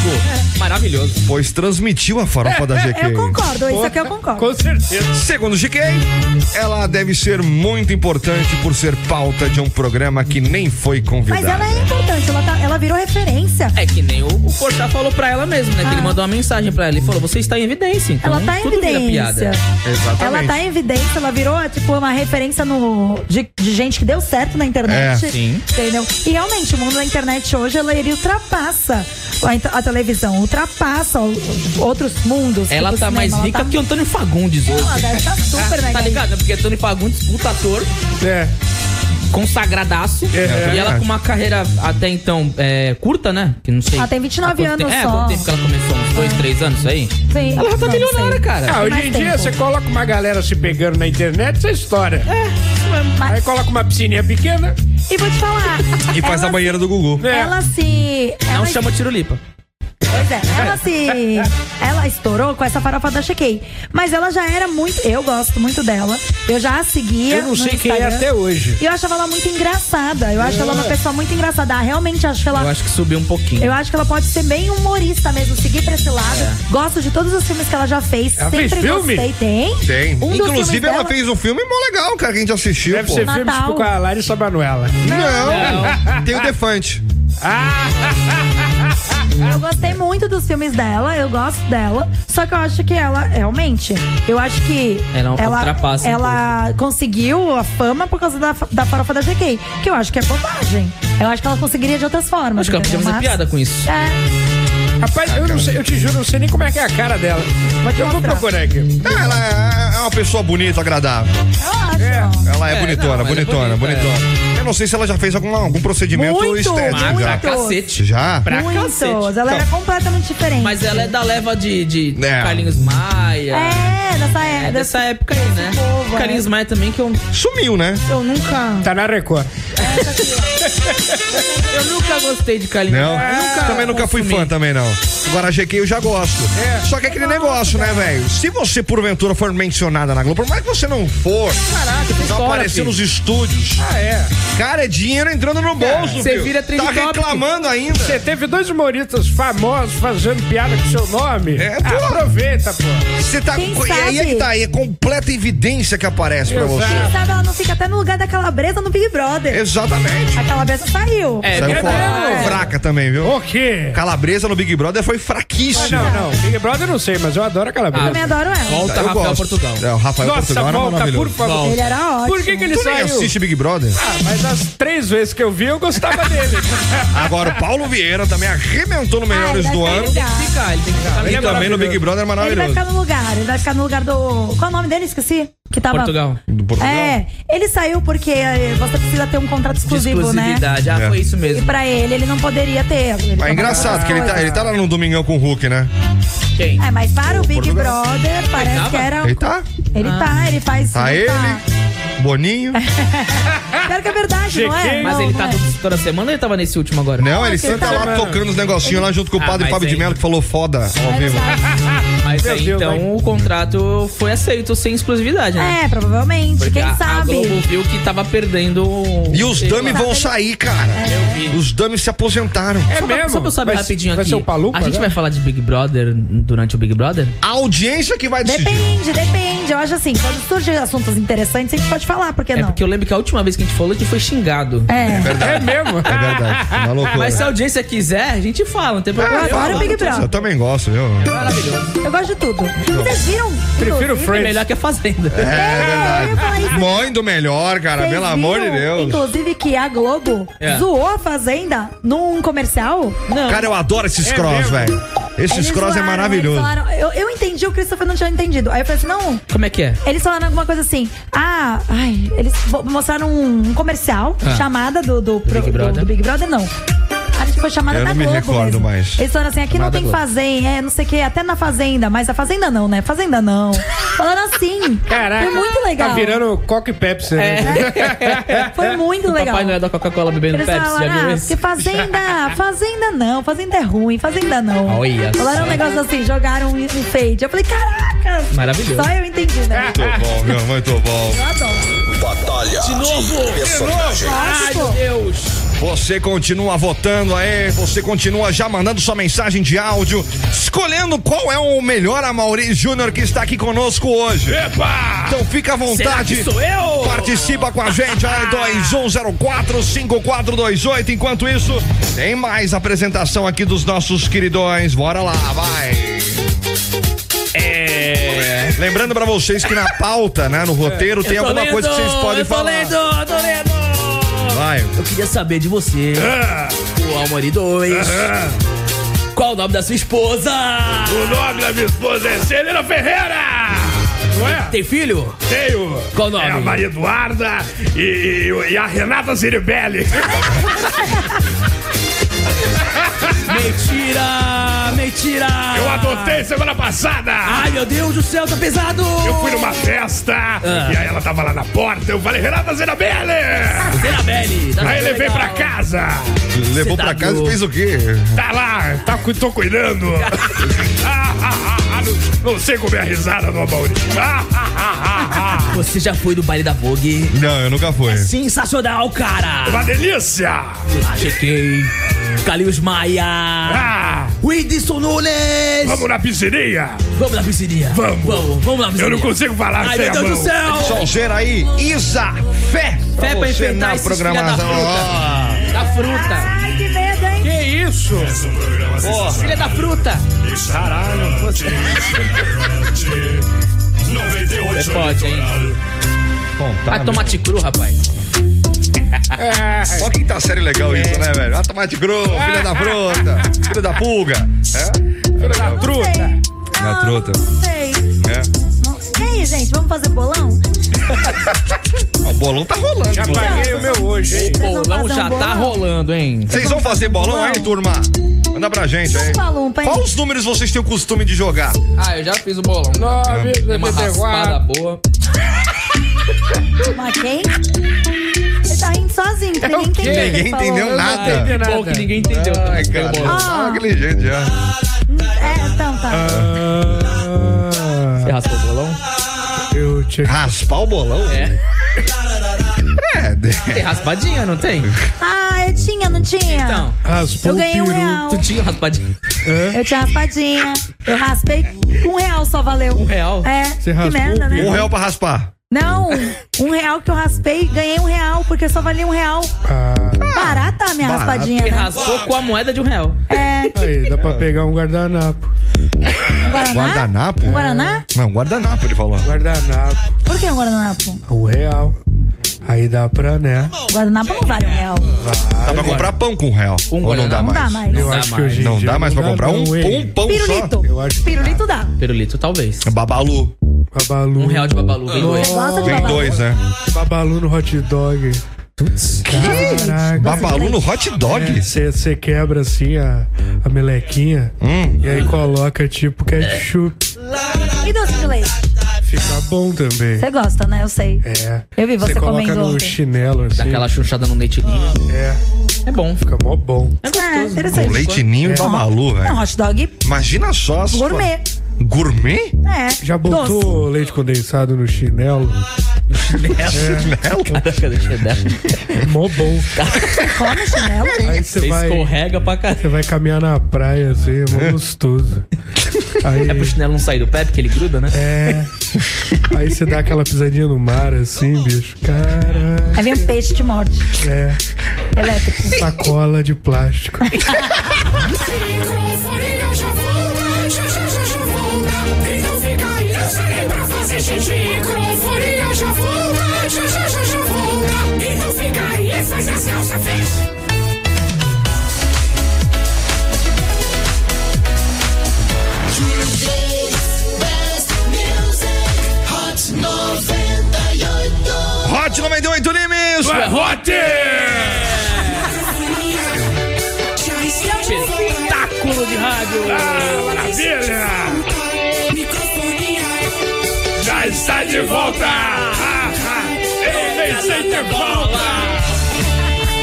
F: Maravilhoso.
B: pois transmitiu a farofa da GQ.
G: É. Eu concordo, isso aqui eu
J: Com
E: Ah.
G: concordo.
J: certeza.
B: Segundo GQ, ela deve ser muito importante por ser pauta de um programa que nem foi
G: Mas
B: convidado.
G: ela é importante, ela, tá- ela virou referência.
F: É que nem o, o Porchat falou pra ela mesmo, né? Que ele mandou uma mensagem pra ela. Ele falou, você está em evidência. Então,
G: Ah. Ela tá em
F: tudo vira
G: evidência.
F: piada.
B: Exatamente.
G: Ela tá em evidência, ela virou, tipo, uma referência no, de, de gente que deu certo na internet.
B: É,
F: sim.
G: Entendeu? E realmente, o mundo da internet hoje, ela, ele ultrapassa a, int- a televisão, ultrapassa o- outros mundos.
F: Ela
G: tipo
F: tá
G: cinema,
F: mais
G: ela
F: rica
G: tá-
F: que o Antônio Fagundes hoje.
G: Ela deve tá super, né?
F: Tá ligado? Porque Antônio Fagundes, puta ator,
J: É.
H: consagradaço.
G: É.
H: E ela com uma carreira até então é, curta, né? Que não sei.
G: Ela tem 29
H: há quanto
G: anos
H: tempo-
G: só.
H: É, quanto tempo que ela começou? Uns dois, três anos isso aí?
G: Sim.
H: Ela já tá
G: Não,
H: milionária,
G: sei.
H: cara.
E: Ah, hoje em dia você coloca uma galera se pegando na internet, isso é história. É. Aí coloca uma piscininha pequena. né?
G: E vou te falar.
B: E faz
G: ela,
B: a banheira do Gugu.
E: É.
G: Ela se.
E: um
H: Não
G: Ela,
H: chama Tirolipa.
G: pois é, ela se. Ela estourou com essa farofa da Chequei. Mas ela já era muito. Eu gosto muito dela. Eu já a seguia.
E: Eu não
G: no
E: sei quem é
G: Instagram.
E: até É. hoje.
G: E eu achava ela muito engraçada. Eu acho ela uma pessoa muito engraçada. Ah, Realmente acho que ela.
H: Eu acho que subiu um pouquinho.
G: Eu acho que ela pode ser bem humorista mesmo, seguir pra esse lado. Gosto de todos os filmes que ela já fez.
E: É. Ela
G: Sempre
E: fez filme?
G: gostei. Tem.
B: Tem.
G: Um dos filmes
B: Inclusive, ela
G: dela-
B: fez um filme mó legal, cara, que a gente assistiu,
E: Deve
B: pô.
E: ser
G: Natal.
E: filme tipo com a Larissa Manoela.
B: Não, tem o Defante.
G: Eu gostei muito dos filmes dela, eu gosto dela. Só que eu acho que ela, realmente, eu acho que
H: Ela ultrapassa um
G: ela conseguiu a fama por causa da, da farofa da GK, que eu acho que é bobagem. Eu acho que ela conseguiria de outras formas.
H: Acho que ela podia
G: entendeu?
H: fazer
G: Mas-
H: piada com isso.
G: É,
E: Rapaz, eu, não sei, eu te juro, eu não sei nem como é que é a cara dela. Mas eu vou procurar aqui.
B: Ah, Ela é- é uma pessoa bonita, agradável.
G: eu acho.
B: Ela é,
H: É,
B: bonitona,
H: não, ela é
B: bonitona,
H: bonita,
B: bonitona. Eu não sei se ela já fez algum, algum procedimento
G: Muito,
B: estético
G: é muito.
B: já.
H: Cacete.
B: Já?
H: Pra
G: Muitos.
H: cacete. Então,
G: Ela era completamente diferente.
H: Mas ela é da leva de, de
B: É.
H: Carlinhos Maia.
G: É, dessa
H: É
G: é,
H: dessa época aí, né?
G: povo, é.
H: Carlinhos Maia também, que eu,
B: Sumiu, né?
G: Eu nunca.
E: Tá na Record.
H: eu nunca gostei de Carlinhos
B: Não.
E: É,
H: Maia. Nunca
B: também nunca fui
H: consumi.
B: fã também, não. Agora a GQ eu já gosto. Só que é aquele negócio, né, velho? Se você, porventura, for mencionada na Globo, por mais que você não for,
H: Caraca, tem
B: tá
H: história,
B: aparecer
H: filho.
B: nos estúdios.
E: Ah, é.
B: Cara, é dinheiro entrando no bolso,
H: você
B: filho.
H: vira trend
B: Tá
H: topic.
B: reclamando ainda.
E: Você teve dois humoristas famosos fazendo piada com seu nome? Ah,
B: É, pô.
E: Aproveita, pô.
B: Você tá
G: Quem
B: e aí é que
G: sabe?
B: tá aí, é completa evidência que aparece pra
E: Exato.
B: você.
G: Quem sabe ela não fica até no lugar da calabresa no Big Brother.
B: Exatamente.
G: A calabresa saiu.
H: É,
B: Saiu
H: verdade.
B: fora. Fraca também, viu?
E: O quê?
B: Calabresa no Big Brother foi
E: Ah,
B: fraquíssima. Tá,
E: não, não. Big Brother eu não sei, mas eu adoro aquela
G: Eu
E: briga.
G: também adoro ela.
H: Volta,
B: Eu
H: Rafael
B: gosto.
H: Portugal.
B: É, o Rafael
E: Nossa,
B: Portugal era
E: volta, por
B: maravilhoso.
E: favor.
G: Ele era ótimo.
E: Por que, que ele
B: Tu nem
E: saiu?
B: assiste Big Brother?
E: Ah, mas as três vezes que eu vi, eu gostava dele.
B: Agora, o Paulo Vieira também arrebentou no Melhores
G: Ah, ele
B: do
G: vai
B: Ano.
G: ficar-
H: Fica, ele tem que ficar.
B: E
E: é
B: também no
E: maravilhoso.
B: Big Brother é
G: Ele vai
B: maravilhoso.
G: ficar no lugar, ele vai ficar no lugar do. Qual é o nome dele? Esqueci. Que tava.
H: Portugal.
B: Do Portugal.
G: É, ele saiu porque eh, você precisa ter um contrato
H: De
G: exclusivo, né?
H: exclusividade. Ah,
B: É.
H: foi isso
G: E
H: mesmo.
G: pra ele, ele não poderia ter. Ele
B: Mas
G: tava
B: é engraçado,
G: fazendo
B: que ele tá,
G: coisa.
B: ele tá lá no Domingão com o Hulk, né?
H: Quem?
G: É, mas para o Big
B: Portugal.
G: Brother, parece
H: tava?
G: que era. um
B: Ele tá.
G: Ele
H: Ah.
G: tá, ele faz.
B: Tá
G: ele
B: ele,
G: tá. É.
B: Boninho.
G: Pior que é verdade, não é?
E: Chequei.
H: Mas
G: Não,
H: ele
G: não
H: tá
G: é.
H: todo- toda semana ou ele tava nesse último agora?
B: Não, ele
G: que
B: senta
G: tá-
B: lá tocando os negocinhos lá junto com o
H: Ah,
B: padre
H: mas
B: Fábio de
H: aí-
B: Mello que falou foda ao
G: É
B: vivo.
G: verdade.
H: Mas
E: Meu
H: aí,
E: Deus,
H: então
E: vai.
H: o contrato foi aceito sem exclusividade, né?
G: É, provavelmente.
H: Porque a-
G: Quem
H: A Globo
G: sabe?
H: viu que tava perdendo. o-
B: E os
H: sei lá.
B: dummies vão sair, cara.
G: É.
B: Os dummies se aposentaram.
E: É
H: Só pra,
E: mesmo?
H: só pra eu saber
E: Vai-
H: rapidinho
E: vai
H: aqui.
E: ser o Palupa,
H: a gente
E: né?
H: vai falar de Big Brother durante o Big Brother?
B: A audiência que vai decidir.
G: Depende, depende. Eu acho assim, quando surgem assuntos interessantes, a gente pode falar, por que
H: É
G: não?
H: porque eu lembro que a última vez que a gente falou, a gente foi xingado.
G: É.
E: É mesmo?
B: É
G: Ah,
B: verdade. É uma loucura.
H: Mas se a audiência quiser, a gente fala, não tem problema.
B: Ah,
G: Eu adoro
H: Eu-
G: Big
B: Eu
G: Brother.
B: também gosto, viu? É
H: Maravilhoso.
G: Eu gosto de tudo. Vocês viram?
E: Prefiro
G: inclusive,
H: É
E: Friends.
H: melhor que a Fazenda.
B: É
G: Eu ia falar isso.
B: verdade. Mãe do melhor, cara.
G: Vocês
B: Ah, Pelo amor de
G: viram,
B: Deus.
G: Inclusive que a Globo
H: É.
G: zoou a Fazenda num comercial.
H: Não.
B: Cara, eu adoro esses
E: É
B: cross,
E: mesmo?
B: velho. Esses
G: Eles
B: cross é
G: zoaram,
B: maravilhoso.
G: eles falaram- eu, eu entendi, o Christopher não tinha entendido. Aí eu falei assim, não...
H: Como é que é?
G: Eles falaram alguma coisa assim. Ah, ai, eles vo- mostraram um, um comercial,
H: Ah.
G: chamada do, do, pro-
H: Big
G: do-
H: Brother?
G: do Big Brother, não. Acho que foi chamada
B: Eu
G: da
B: não me
G: Globo
B: recordo
G: mesmo.
B: mais.
G: Eles falaram assim, aqui não
B: Chamada
G: tem
B: Globo.
G: fazenda, é, não sei o que, até na fazenda, mas a fazenda não, né? Fazenda não. Falaram assim.
E: Caraca.
H: É
G: Foi muito legal.
E: Tá virando Coca e Pepsi, né?
G: Foi muito legal.
H: Papai Noel é da Coca-Cola bebendo
G: Eles
H: Pepsi, já
G: falaram,
H: viu
G: ah,
H: isso?
G: porque fazenda, fazenda não, fazenda é ruim, fazenda não.
H: Olha
G: falaram um
H: só.
G: negócio assim, jogaram um fade. Eu falei, caraca!
H: Maravilhoso.
G: Só eu entendi, né?
B: Muito bom, meu, muito bom.
G: Eu adoro.
K: Batalha de, personagens.
G: Ai, pô.
B: Você continua votando aí, você continua já mandando sua mensagem de áudio, escolhendo qual é o melhor Amaury Júnior que está aqui conosco hoje.
L: Epa!
B: Então fica à
H: Será
B: vontade.
H: que sou eu? Ah.
B: Participa com a gente, olha, 21045428. Enquanto isso, tem mais apresentação aqui dos nossos queridões. Bora lá, vai. É. Lembrando pra vocês que na pauta, né, no roteiro, tem
H: Eu tô
B: alguma
H: lendo,
B: coisa que vocês podem
H: eu tô
B: falar.
H: lendo, eu tô lendo.
B: Vai.
H: Eu queria saber de você,
B: Ah.
H: o Almori 2. Qual o nome da sua esposa?
L: O nome da minha esposa é Celina Ferreira!
E: não é?
H: Tem filho?
E: Tenho.
H: Qual o nome?
E: É a Maria Eduarda e, e- e a Renata Ziribelli.
H: Mentira! Mentira!
E: Eu adotei semana passada.
H: Ai, meu Deus do céu, tá pesado!
E: Eu fui numa festa
H: Ah.
E: e aí ela tava lá na porta. Eu falei, Renata Zirabelli!
H: Zirabelli! tá
E: aí
H: legal.
E: levei pra casa.
B: Levou
H: Cê
B: pra
H: tá
B: casa e
H: louco.
B: fez o quê?
E: Tá lá, tá, cu- tô cuidando. Ah, ah, ah, ah, não, não sei como é a risada do Amaury. Ah, ah, ah, ah, ah.
H: Você já foi do baile da Vogue?
B: Não, eu nunca fui.
H: Sensacional, cara! Ah,
E: Uma delícia!
H: Chequei! Calius Maia!
E: Ah,
H: Whindersson Nunes!
E: vamos na piscininha?
H: Vamos na piscininha!
E: Vamos.
H: Vamos, vamos na piscininha!
E: Eu não consigo falar
H: Ai,
E: sem
H: meu
E: a
H: Deus do
E: mão.
H: céu!
B: Sonzeira aí, Isa Fé.
F: Fé pra
B: você
F: enfrentar
B: na
F: esses
B: programação.
F: filha
B: Ó,
F: Da fruta.
G: Ai, que medo, hein?
F: Que isso?
E: é um
F: Filha da fruta. Você pode, hein?
B: contar,
F: Vai tomar
B: meu.
F: ticru, rapaz.
B: Ó, quinta tá série legal isso, né, velho? Ah, tomate grosso, filha da fruta, filha da pulga. É? Filha da
G: Não sei.
B: Na
G: Ah,
B: truta.
G: Não sei.
B: É.
G: Não- E aí, gente, vamos fazer bolão?
B: O bolão tá rolando.
J: Já
B: mano.
J: paguei o meu hoje, hein?
G: vão
F: Bolão
G: fazer um
F: já tá
G: bolão?
F: rolando, hein?
B: Vocês vão fazer bolão aí, turma? Manda pra gente aí.
G: Palumpa, hein?
B: Qual os números vocês têm o costume de jogar?
F: Ah, eu já fiz o bolão.
J: Nove,
F: Dei Uma raspada
J: 74.
F: boa.
G: Mas quem? Ele tá rindo sozinho, porque
J: É o
G: ninguém
J: quê?
G: entendeu. o que ele
B: É Ninguém entendeu
G: falou. né?
B: nada.
J: entendi
F: Bom
J: nada.
F: que ninguém entendeu.
B: Ai,
F: também,
B: cara.
F: o bolão.
B: Ah, aquele jeito já.
G: É, então tá.
E: Ah,
F: Você raspou o bolão?
J: Eu te...
B: Raspar o bolão?
G: Ah.
B: É.
F: Tem raspadinha, não tem?
G: Ah, eu tinha, não tinha?
F: Então,
J: Raspou
G: eu
J: o
G: ganhei um
J: peru.
G: real.
F: tu tinha raspadinha.
G: Eu tinha raspadinha. Eu raspei. Um real só valeu. Um
F: real?
G: É.
J: Você
G: que
J: raspou
G: merda,
J: o
G: né?
B: Um real pra raspar.
G: Não, um real que eu raspei, ganhei um real, porque só valia um real.
J: Ah.
G: Barata a minha
B: Barata.
G: raspadinha,
F: E
G: né?
F: raspou com a moeda de um real.
G: É,
J: Aí, dá pra pegar um guardanapo.
G: um Guaraná?
B: Guardanapo?
G: Um Guaraná?
B: Não, guardanapo, ele falou.
J: Guardanapo,
G: Por que um Guaranapo?
J: um real. Aí dá pra, né?
G: Guaranapo não vale um real. Tá,
B: Dá pra comprar pão com um real.
F: Com
B: Ou não
F: guaraná
B: dá
G: Não
B: mais?
G: dá mais.
J: Eu
F: dá
J: acho que
F: mais.
J: hoje em
B: Não
J: dia
B: dá mais pra
J: dá
B: comprar um,
J: não,
B: um
J: hein?
B: pão
G: Pirulito.
J: Eu acho que
G: Pirulito dá.
F: Pirulito, talvez.
B: só. É Babalu.
J: Babalu.
F: Um real de babalu, vem dois.
G: Gosta de
B: Tem
G: babalu?
B: dois, né?
J: Babalu no hot dog. Caraca.
B: Babalu no hot dog?
G: É.
J: Você quebra assim a, a melequinha
B: Hum.
J: e aí coloca tipo ketchup.
G: E doce de leite?
J: Fica bom também.
G: Você gosta, né? Eu sei.
J: É.
G: Eu vi você
J: Você coloca
G: comendo
J: no
G: ontem.
J: chinelo assim.
F: Dá aquela chuchada no leite ninho.
J: É,
F: É bom.
J: fica mó bom.
F: É
G: É,
F: gostoso.
B: Com
G: interessante.
B: leite ninho e babalu,
G: É um
B: velho.
G: hot dog
B: Imagina só. se for-
G: gourmet.
B: Gourmet?
G: É.
J: Já botou
G: Doce.
J: leite condensado no chinelo?
B: Chinelo?
F: Caraca, deixa eu dar.
J: É. Mó bom.
G: Come chinelo?
J: Aí você
F: Você
J: vai,
F: escorrega pra
J: você
F: caramba.
J: vai caminhar na praia assim, é mó gostoso. Aí,
F: É pro chinelo não sair do pé, porque ele gruda, né?
J: É. Aí você dá aquela pisadinha no mar, assim, bicho. Caraca.
G: Aí vem um peixe de morte.
J: É.
G: Elétrico.
J: Sacola de plástico.
B: Hot 98 Limes!
E: Hot!
F: Espetáculo de rádio.
E: Maravilha! Já está de volta! Ah, ah, Eu nem sei de volta!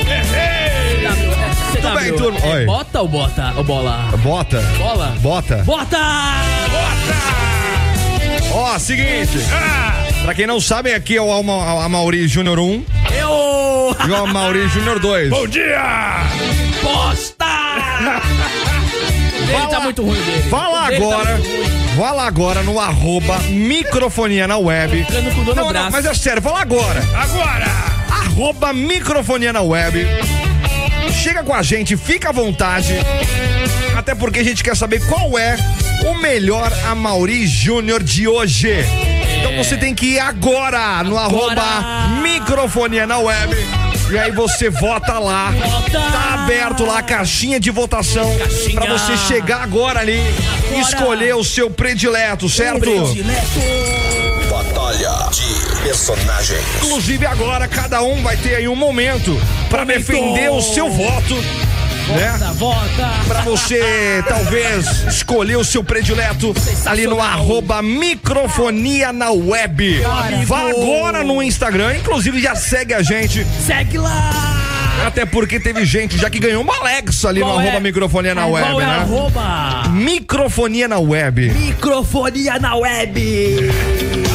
E: Errei!
F: Tudo
B: bem, turma. Oi.
F: Bota ou bota? Ou bola?
B: Bota.
F: Bola?
B: Bota.
F: Bota!
E: Bota!
B: Ó, seguinte.
E: Ah,
B: Pra quem não sabe, aqui é o Ama- Amauri Júnior 1
F: Eu!
B: e o Amauri Júnior 2.
E: bom dia!
F: Bosta! Ele tá muito ruim dele.
B: Fala
F: O dele tá
B: agora.
F: muito ruim.
B: Fala agora no arroba microfonia na web.
F: Entrando com o dono
B: Não, não,
F: braço.
B: mas é sério, fala agora.
E: Agora!
B: arroba microfonia na web. Chega com a gente, fica à vontade. Até porque a gente quer saber qual é o melhor Amauri Júnior de hoje. Então você tem que ir agora no arroba microfonia na web. E aí você vota lá. Tá aberto lá a caixinha de votação
F: Caixinha.
B: pra você chegar agora ali e escolher o seu predileto, certo?
F: Predileto.
D: Escolha de personagens.
B: Inclusive agora cada um vai ter aí um momento pra defender o seu voto. né? Pra você talvez escolher o seu predileto ali no arroba microfonia na web. Vá agora no Instagram, inclusive já segue a gente.
H: Segue lá!
B: Até porque teve gente já que ganhou uma Alexa ali
H: Qual
B: no
H: é?
B: arroba microfonia na
H: Qual
B: web,
H: é
B: né?
H: arroba?
B: Microfonia na web.
F: é
H: Microfonia na web.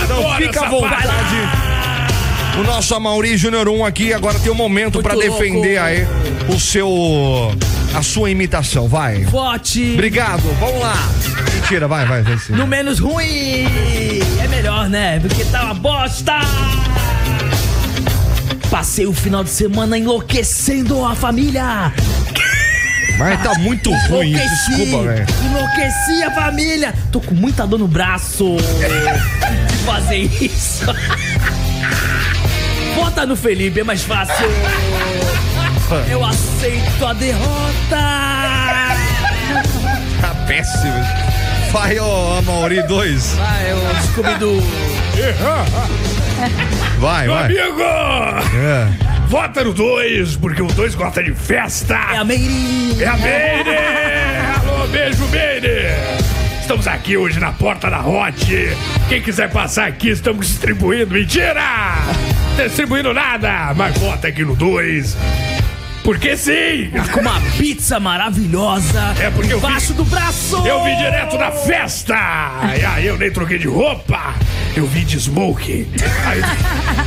B: Então fica à vontade. O nosso Amaury Júnior 1 aqui agora tem um momento pra
H: louco.
B: defender aí o seu. a sua imitação, vai.
H: Vote.
B: Obrigado, vamos lá. Mentira, vai, vai, vai sim.
H: No menos ruim. É melhor, né? Porque tá uma bosta. Passei o final de semana enlouquecendo a família.
B: Mas tá muito ruim,
H: Enlouqueci.
B: desculpa, velho.
H: Enlouqueci a família. Tô com muita dor no braço de fazer isso. Bota no Felipe, é mais fácil. Eu aceito a derrota.
B: Tá péssimo. Vai, ó, Amaury 2.
H: Vai, o Scooby-Doo.
B: Vai,
E: Meu
B: vai.
E: amigo!
B: É.
E: Vota no 2, porque o 2 gosta de festa! É
H: a Meire!
E: É a Meire! Alô, beijo, Meire! Estamos aqui hoje na porta da Hot. Quem quiser passar aqui, estamos distribuindo. Mentira! Distribuindo nada! Mas vota aqui no 2. Porque sim!
H: Tá Com uma pizza maravilhosa.
E: É porque eu
H: Embaixo
E: vi-
H: do braço.
E: Eu vim direto da festa! E aí eu nem troquei de roupa! Eu vim de smoke! Aí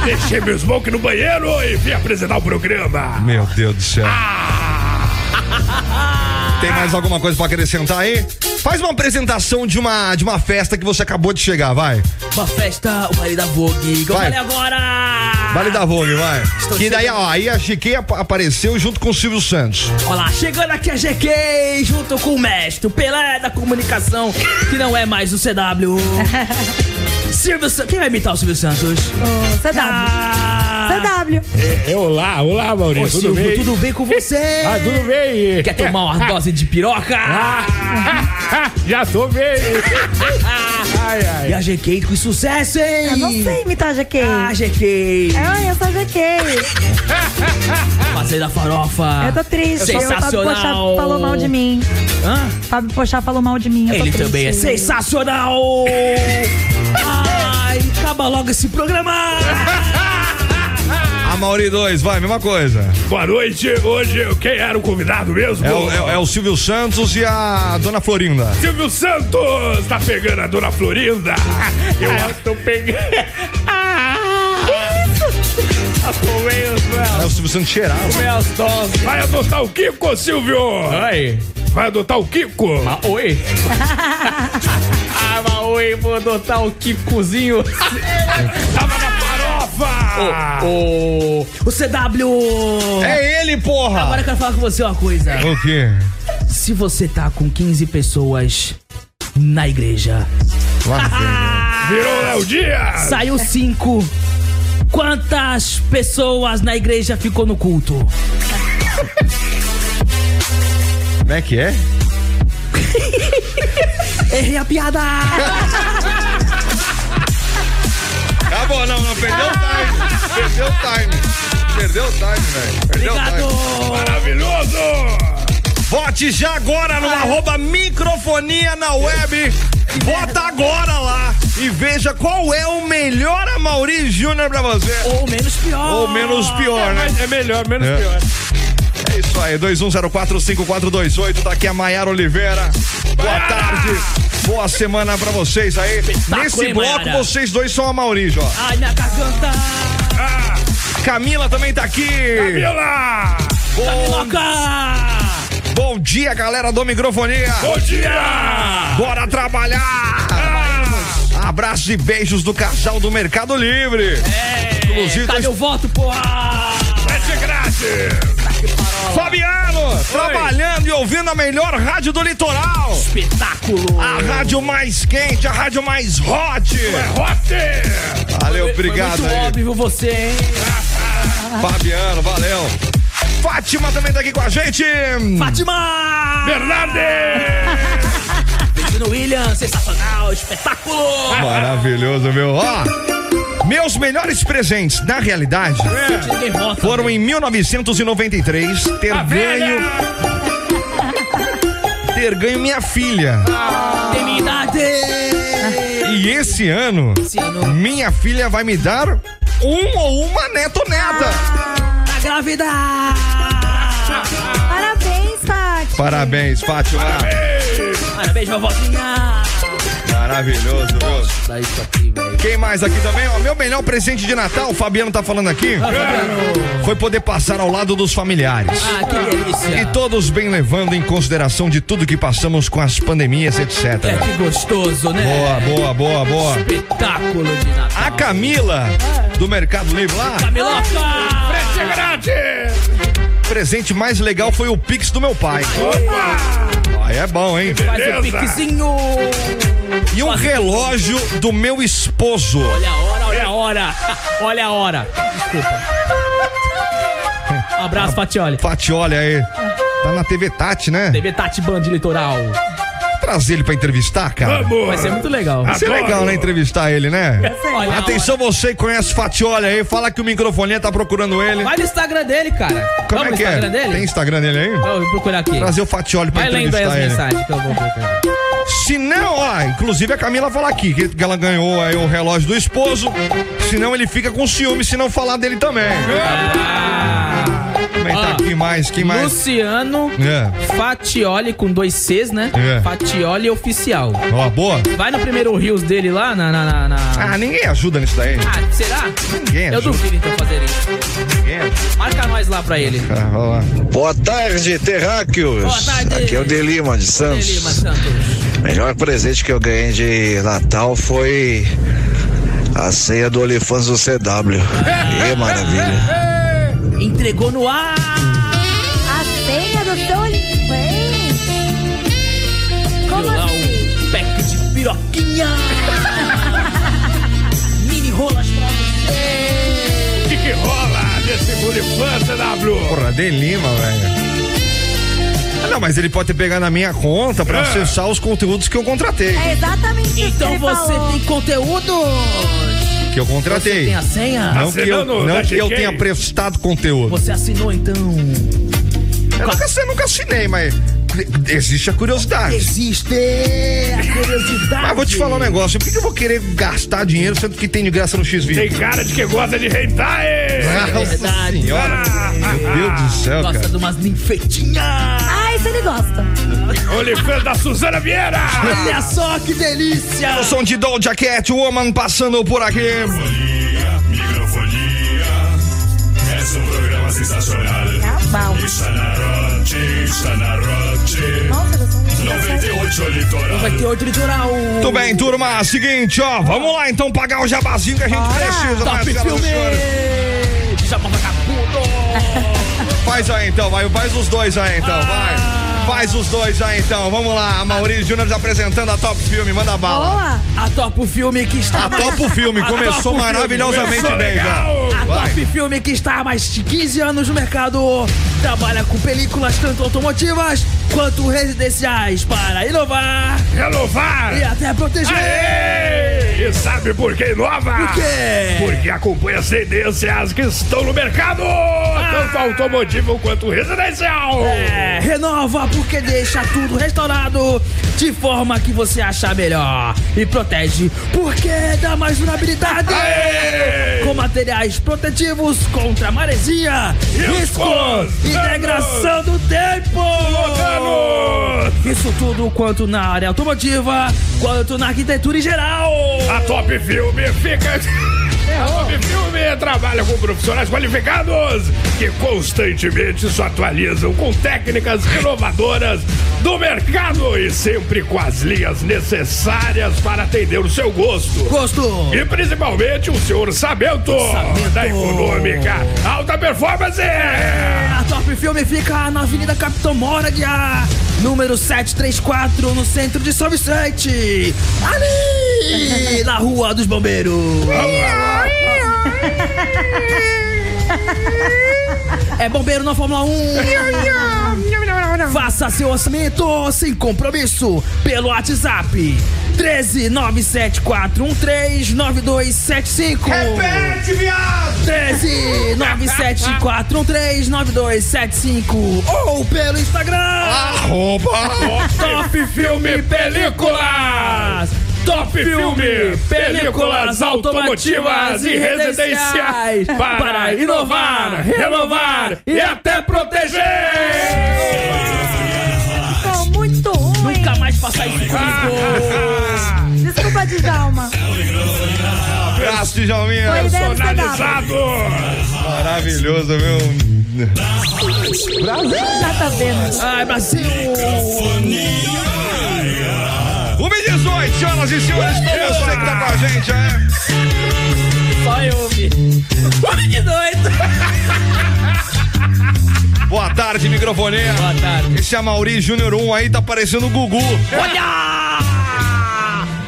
E: deixei meu smoke no banheiro e vim apresentar o programa!
B: Meu Deus do céu. Tem mais alguma coisa pra acrescentar aí? Faz uma apresentação de uma, de uma festa que você acabou de chegar, vai.
H: Uma festa, o baile da Vogue. Que eu
B: Vai.
H: falei agora.
B: Vale da Vogue, vai.
H: Estou
B: Que daí,
H: chegando.
B: ó, aí a Chiquinha ap- apareceu junto com o Silvio Santos.
H: Olha lá, chegando aqui a GQ junto com o mestre, o Pelé da comunicação, que não é mais o CW. Silvio Santos. Quem vai imitar o Silvio Santos?
G: Ô, CW.
H: Ah.
G: CW.
J: É, é, olá, olá, Maurício.
H: Ô,
J: tudo
H: Silvio,
J: bem?
H: tudo bem com você?
J: Ah, tudo bem? É,
H: Quer tomar uma dose de piroca?
J: Ah, já tô bem. Ai, ai.
H: E a GQ com sucesso, hein?
G: Eu não sei imitar GK.
H: Ah, GK.
G: Ai, eu sou GK.
H: Fazenda farofa.
G: É. Eu tô triste. O Fábio
H: Ah. Sensacional.
G: Pochá falou mal de mim.
H: Hã?
G: Fábio Pochá falou mal de mim. Eu
H: Ele
G: tô triste.
H: também é sensacional! Ai, acaba logo esse programa!
B: A Mauri 2, vai, mesma coisa.
E: Boa noite! Hoje quem era o convidado mesmo?
B: É o, é o- é o Silvio Santos e a Dona Florinda.
E: Silvio Santos! Tá pegando a dona Florinda! Eu tô pegando.
B: É o Silvio Santos cheirado.
E: Vai adotar o Kiko, Silvio!
H: Ai!
E: Vai adotar o Kiko!
H: Oi! ah, mas oi, vou adotar o Kikozinho!
E: Tava Tá na farofa!
H: O, o CW!
B: É ele,
H: Agora
B: porra!
H: eu quero falar com você uma coisa.
B: O quê?
H: Se você tá com 15 pessoas na igreja,
B: Lá vem.
E: Virou Léo Dias!
H: saiu 5. Quantas pessoas na igreja ficou no culto?
B: Como é que é?
H: Errei a piada!
B: Acabou, Tá não, não, perdeu o time. Perdeu o time. Perdeu o time, velho. Perdeu
H: Obrigado!
E: Maravilhoso!
B: Vote já agora no arroba microfonia na web. Vota agora lá e veja qual é o melhor Amaury Júnior pra você.
H: Ou menos pior!
B: Ou menos pior, né?
E: É melhor, menos
B: É.
E: pior.
B: É isso aí, 21045428, daqui Tá a Maiara Oliveira. Boa tarde, boa semana pra vocês aí.
H: Espetáculo,
B: Nesse
H: hein,
B: bloco,
H: Tá Maiara?
B: vocês dois são a Maurício, ó.
H: Ai, minha garganta!
B: Camila também tá aqui.
E: Camila!
B: Bom,
H: Toca!
B: bom dia, galera do Microfonia.
E: Bom dia! Ah!
B: Bora trabalhar! Abraços e beijos do casal do Mercado Livre. Inclusive,
H: É, cadê
B: dois-
H: o voto, porra?
E: Frete grátis!
B: Fabiano, trabalhando e ouvindo a melhor rádio do litoral.
H: Espetáculo!
B: A rádio mais quente, a rádio mais hot.
E: É hot!
B: Valeu,
H: Foi
B: obrigado
H: muito
B: aí.
H: óbvio você, hein?
B: Fabiano, valeu. Fátima também tá aqui com a gente. Tá
H: Fátima!
E: Bernardes!
H: Regina Williams, sensacional, espetáculo!
B: Maravilhoso, meu. Ó, Meus melhores presentes, na realidade, foram em 1993 ter ganho. Ter ganho minha filha.
H: Tem minha idade.
B: E esse ano, minha filha vai me dar um ou uma neto neta.
H: Tá grávida.
G: Parabéns, Tati.
B: Parabéns, Fátima.
H: Parabéns, vovozinha. Tá
B: Maravilhoso, viu? Quem mais aqui também? Ó, meu melhor presente de Natal, o Fabiano tá falando aqui, foi poder passar ao lado dos familiares.
H: Ah, que delícia.
B: E todos bem levando em consideração de tudo que passamos com as pandemias, etc.
H: É que gostoso, né?
B: Boa, boa, boa, boa.
H: Espetáculo de Natal.
B: A Camila, do Mercado Livre lá,
H: Camiloca!
B: presente mais legal foi o Pix do meu pai. Aí é bom, hein?
H: Faz o piquezinho.
B: E um relógio do meu esposo.
H: Olha a hora, olha É a hora. Olha a hora. Desculpa. Um abraço, Fatioli.
B: Fati, olha aí. Tá na TV Tati, né?
H: TV Tati Band Litoral.
B: Trazer ele pra entrevistar, cara.
H: Vai ser muito legal.
B: Vai ser legal, né? Entrevistar ele, né?
H: Olha a
B: Atenção, você que conhece Fatiola aí, fala que o microfone tá procurando ele.
H: hora. Vai no Instagram dele, cara.
B: Como
H: Vamos
B: é que
H: no
B: é?
H: Instagram dele?
B: Tem Instagram dele aí?
H: Eu vou procurar aqui.
B: Trazer o Fatioli pra
H: Vai lendo aí as
B: entrevistar ele.
H: mensagens que eu vou procurar.
B: Se não, ó, inclusive a Camila fala aqui que que ela ganhou aí o relógio do esposo. Senão ele fica com ciúme se não falar dele também. Também tá
H: Ó,
B: aqui mais, quem mais?
H: Luciano
B: É.
H: Fatioli com dois Cs, né?
B: É.
H: Fatioli oficial.
B: Ó, boa.
H: Vai no primeiro Rios dele lá na. na, na, na-
B: Ah, é ninguém ajuda nisso daí.
H: Ah, será?
B: Ninguém
H: Eu
B: ajuda.
H: duvido então fazer isso.
B: Ninguém ajuda.
H: Marca nós lá pra ele.
B: Cara, vai lá.
D: Boa tarde, Terráqueos.
H: Boa tarde.
D: Aqui é o Delima de Santos.
H: Ele, Santos.
D: melhor presente que eu ganhei de Natal foi a ceia do Olifantes do CW. Que maravilha.
H: Entregou no ar.
G: A senha do seu Olímpio. Como
H: Lá
G: assim?
H: o pack de piroquinha. Mini rolas pra você.
E: O que, que rola nesse Mulifanta, W?
B: Porra, de Lima, velho. Ah, Não, mas ele pode ter pegado na minha conta pra
H: Ah.
E: É.
B: acessar os conteúdos que eu contratei.
G: É exatamente isso que
H: Então
G: ele
H: você
G: falou.
H: tem conteúdo.
B: Que eu
H: Você
B: contratei.
H: tem a senha?
B: Não que eu,
E: Assinando,
B: não
E: tá
B: que eu
E: chequei.
B: tenha prestado conteúdo.
H: Você tá assinou então?
B: Eu nunca, eu nunca assinei, mas existe a curiosidade.
H: Existe a curiosidade.
B: Mas vou te falar um negócio, por que que eu vou querer gastar dinheiro sendo que tem de graça no X
E: Tem cara de que gosta de rentar, hein?
B: Nossa
H: É verdade.
B: senhora, meu Deus do céu,
H: Gosta
B: cara.
H: de umas ninfetinhas.
G: Ah, isso ele gosta.
E: Olifanta da Suzana Vieira!
H: Olha só que delícia.
B: O som de Doja Cat, Woman passando por aqui.
I: Microfonia, microfonia. Es
E: um
I: un programa sensacional.
G: Tá bom.
I: Está na Roche, está na Roche.
G: Nossa, eu sou muito engraçado.
I: 98 litoral.
H: Vai ter outro litoral.
B: Tudo bem, turma, seguinte, ó, vamos lá então pagar o jabazinho que a gente precisa,
H: Top
B: né, senhoras e senhores?
H: filme. Djalma vagabundo.
B: Faz aí então, vai, faz os dois aí então, vai. Faz os dois aí então, vamos lá. A Maurício Júnior tá apresentando a Top Filme, manda bala.
G: Boa.
H: A Top Filme que está...
B: A Top Filme
H: A
B: começou
H: Top Filme.
B: maravilhosamente
E: Começou
B: bem,
E: legal.
B: já.
H: A
B: Vai.
H: Top Filme que está há mais de 15 anos no mercado trabalha com películas tanto automotivas quanto residenciais para inovar
E: Renovar!
H: e até proteger.
E: Aê! E sabe por que inova?
H: Por quê?
E: Porque acompanha as tendências que estão no mercado, tanto automotivo quanto residencial.
H: Ah. É, renova porque deixa tudo restaurado de forma que você achar melhor e protege porque dá mais durabilidade
E: Aê!
H: com materiais protetivos contra maresia, risco,
E: os
H: e
E: danos?
H: degradação do tempo.
E: Danos!
H: Isso tudo quanto na área automotiva, quanto na arquitetura em geral.
I: Ah,
E: A Top Filme fica. A Top Filme trabalha com profissionais qualificados que constantemente se atualizam com técnicas inovadoras do mercado e sempre com as linhas necessárias para atender o seu gosto.
H: Gosto.
E: E principalmente o seu orçamento,
H: Orçamento.
E: da econômica alta performance.
H: É, A Top Filme fica na Avenida Capitão Moradia, número 734, no centro de São Vicente. Ali, na Rua dos Bombeiros. É bombeiro na Fórmula 1. Faça seu orçamento sem compromisso pelo WhatsApp 13 974139275.
B: Repete, viado!
H: 13 974139275. Ou pelo Instagram.
E: Ah,
B: Arroba.
H: Top Filme Películas.
E: Top Filme, películas automotivas e residenciais para inovar, renovar e até proteger.
G: Tô muito ruim.
H: Nunca mais passar isso
G: comigo. Desculpa, Djalma.
B: Abraço, Djalminha.
G: Foi ideia é do
E: Personalizado.
B: Maravilhoso, viu?
G: Brasil. Já tá vendo.
E: Ah.
H: Ai, Brasil.
B: 1 e 18, senhoras e senhores, com você que tá com a gente, é?
F: Só eu ouvi. Que doido.
B: Boa tarde, microfonia.
F: Boa tarde.
B: Esse Amaury Júnior 1 aí tá parecendo o Gugu.
F: Olha!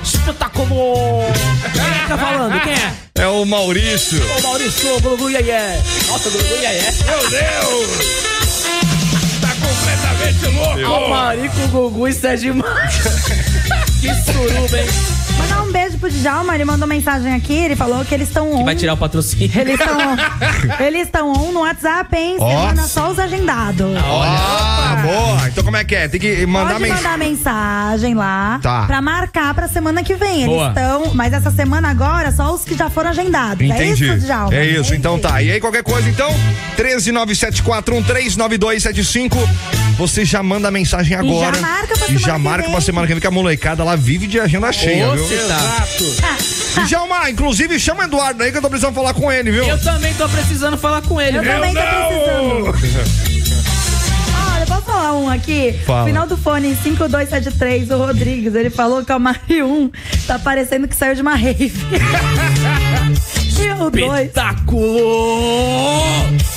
F: Espetacular! Quem é que tá falando? Quem é?
B: É o Maurício.
F: Ô Maurício, Gugu Iaia. Nossa, Gugu Iaia.
E: Meu Deus! Tá completamente louco!
F: Ó, Marico, Gugu e Sérgio Maia. Que suruba, hein?
G: Mandar um beijo pro Djalma, ele mandou mensagem aqui, ele falou que eles estão on.
F: Vai tirar o patrocínio.
G: Eles estão Eles estão on no WhatsApp, hein?
B: Ó.
G: Semana só os agendados.
B: Ah, boa. Então como é que é? Tem que mandar
G: Pode
B: mensagem.
G: mandar mensagem lá
B: Tá.
G: pra marcar pra semana que vem. Eles
F: Boa.
G: estão, mas essa semana agora só os que já foram agendados.
B: Entendi.
G: É isso, Djalma?
B: É isso, então tá. E aí, qualquer coisa, então, 13974139275. Você já manda a mensagem agora.
G: marca
B: E
G: pra semana
B: já
G: que
B: marca
G: vem.
B: pra semana que vem, que a molecada lá vive de agenda cheia,
F: Ô,
B: viu?
F: cê tá.
B: Djalma, inclusive, chama o Eduardo aí que eu tô precisando falar com ele, viu?
F: Eu também tô precisando falar com ele.
G: Eu
F: viu?
G: também tô precisando.
E: Não!
G: Olha, posso falar um aqui?
B: Fala.
G: Final do fone 5273, o Rodrigues. Ele falou que é o Mari 1 tá parecendo que saiu de uma rave. e o 2,
F: Espetáculo!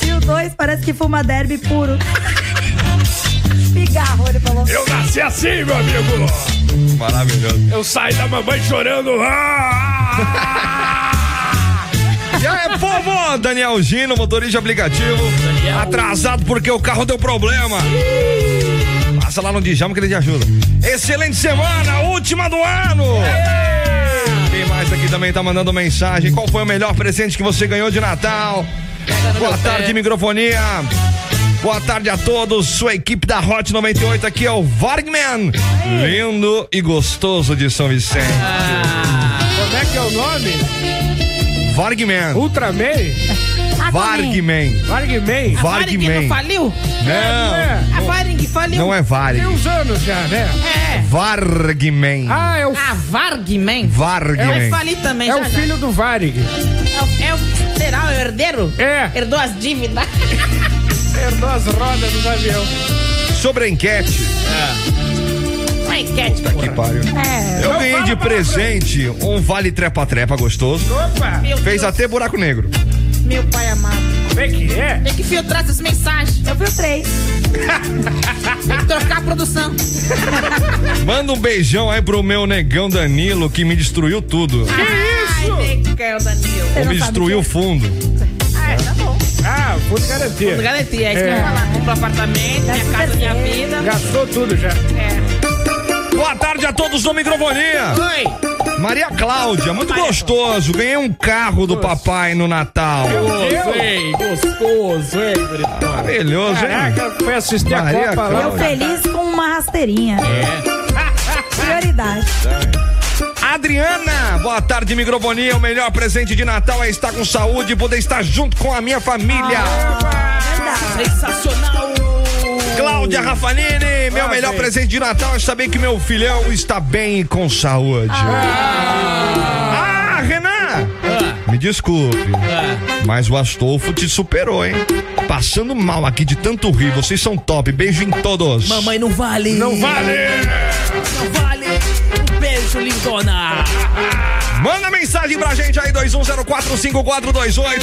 G: e o 2 parece que fuma derby puro. Pigarro, ele falou.
E: Eu nasci assim, meu amigo!
B: Maravilhoso.
E: Eu saí da mamãe chorando. Ah!
B: E aí, povo, Daniel Gino, motorista de aplicativo. Atrasado porque o carro deu problema. Passa lá no Djalma que ele te ajuda. Excelente semana, última do ano. Quem mais aqui também tá mandando mensagem? Qual foi o melhor presente que você ganhou de Natal? Boa tarde, microfonia. Boa tarde a todos, sua equipe da Hot 98, aqui é o Vargman, lindo e gostoso de São Vicente.
E: Como é que é o nome?
B: Vargman,
E: Ultraman?
B: Vargman,
E: Vargman? É,
F: Varing não
B: Vargman.
F: faliu?
B: Não,
F: A Varing faliu?
B: não é
E: Tem
B: Varg,
E: uns anos já, né?
F: É.
B: Vargman,
E: Ah, é o,
F: A Vargman? Vai
B: Vargman.
F: falir também,
E: é
F: já,
E: o
F: já.
E: filho do Varig.
F: É o- É o... Será o herdeiro?
E: É.
F: Herdou as dívidas.
E: Herdou as rodas do avião.
B: Sobre a enquete,
F: Uma enquete,
B: que
F: porra.
B: pariu.
G: É.
B: Eu ganhei
E: fala
B: de
E: pra
B: presente um vale trepa-trepa gostoso,
E: Opa!
F: Meu
B: fez
F: Deus,
B: até buraco negro.
F: Meu pai amado.
E: Como é que é?
F: Tem que filtrar essas mensagens.
G: Eu filtrei.
F: Tem que trocar a produção.
B: Manda um beijão aí pro meu negão Danilo que me destruiu tudo.
F: Ai, negão, Danilo.
G: Você
B: Ou
G: não
B: me
G: sabe
B: destruiu o fundo.
F: Ah, tá bom.
E: Ah, fundo garantia.
F: Garantia, é isso que eu
E: É.
F: ia falar. Compro apartamento, minha casa, minha vida.
E: Gastou tudo já.
F: É.
B: Boa tarde a todos do Microfonia.
F: Oi.
B: Maria Cláudia, muito gostoso. Ganhei um carro do papai no Natal.
F: Ei, gostoso, ei, bonitão.
B: Maravilhoso, hein?
E: Caraca, foi assistir
B: Maria
E: a Copa
G: Eu
E: lá. um
B: Cláudia.
G: feliz com uma rasteirinha. Prioridade.
B: Adriana, boa tarde, Microfonia. O melhor presente de Natal é estar com saúde e poder estar junto com a minha família.
G: Verdade.
F: Sensacional.
B: Cláudia Rafanini, meu melhor presente de Natal é saber que meu filhão está bem e com saúde. Ah, Renan! Me desculpe, mas o Astolfo te superou, hein? Passando mal aqui de tanto rir, vocês são top. Beijo em todos.
F: Mamãe não vale.
E: Não vale!
F: Não vale. Um beijo, lindona.
B: Manda mensagem pra gente aí, 21045428.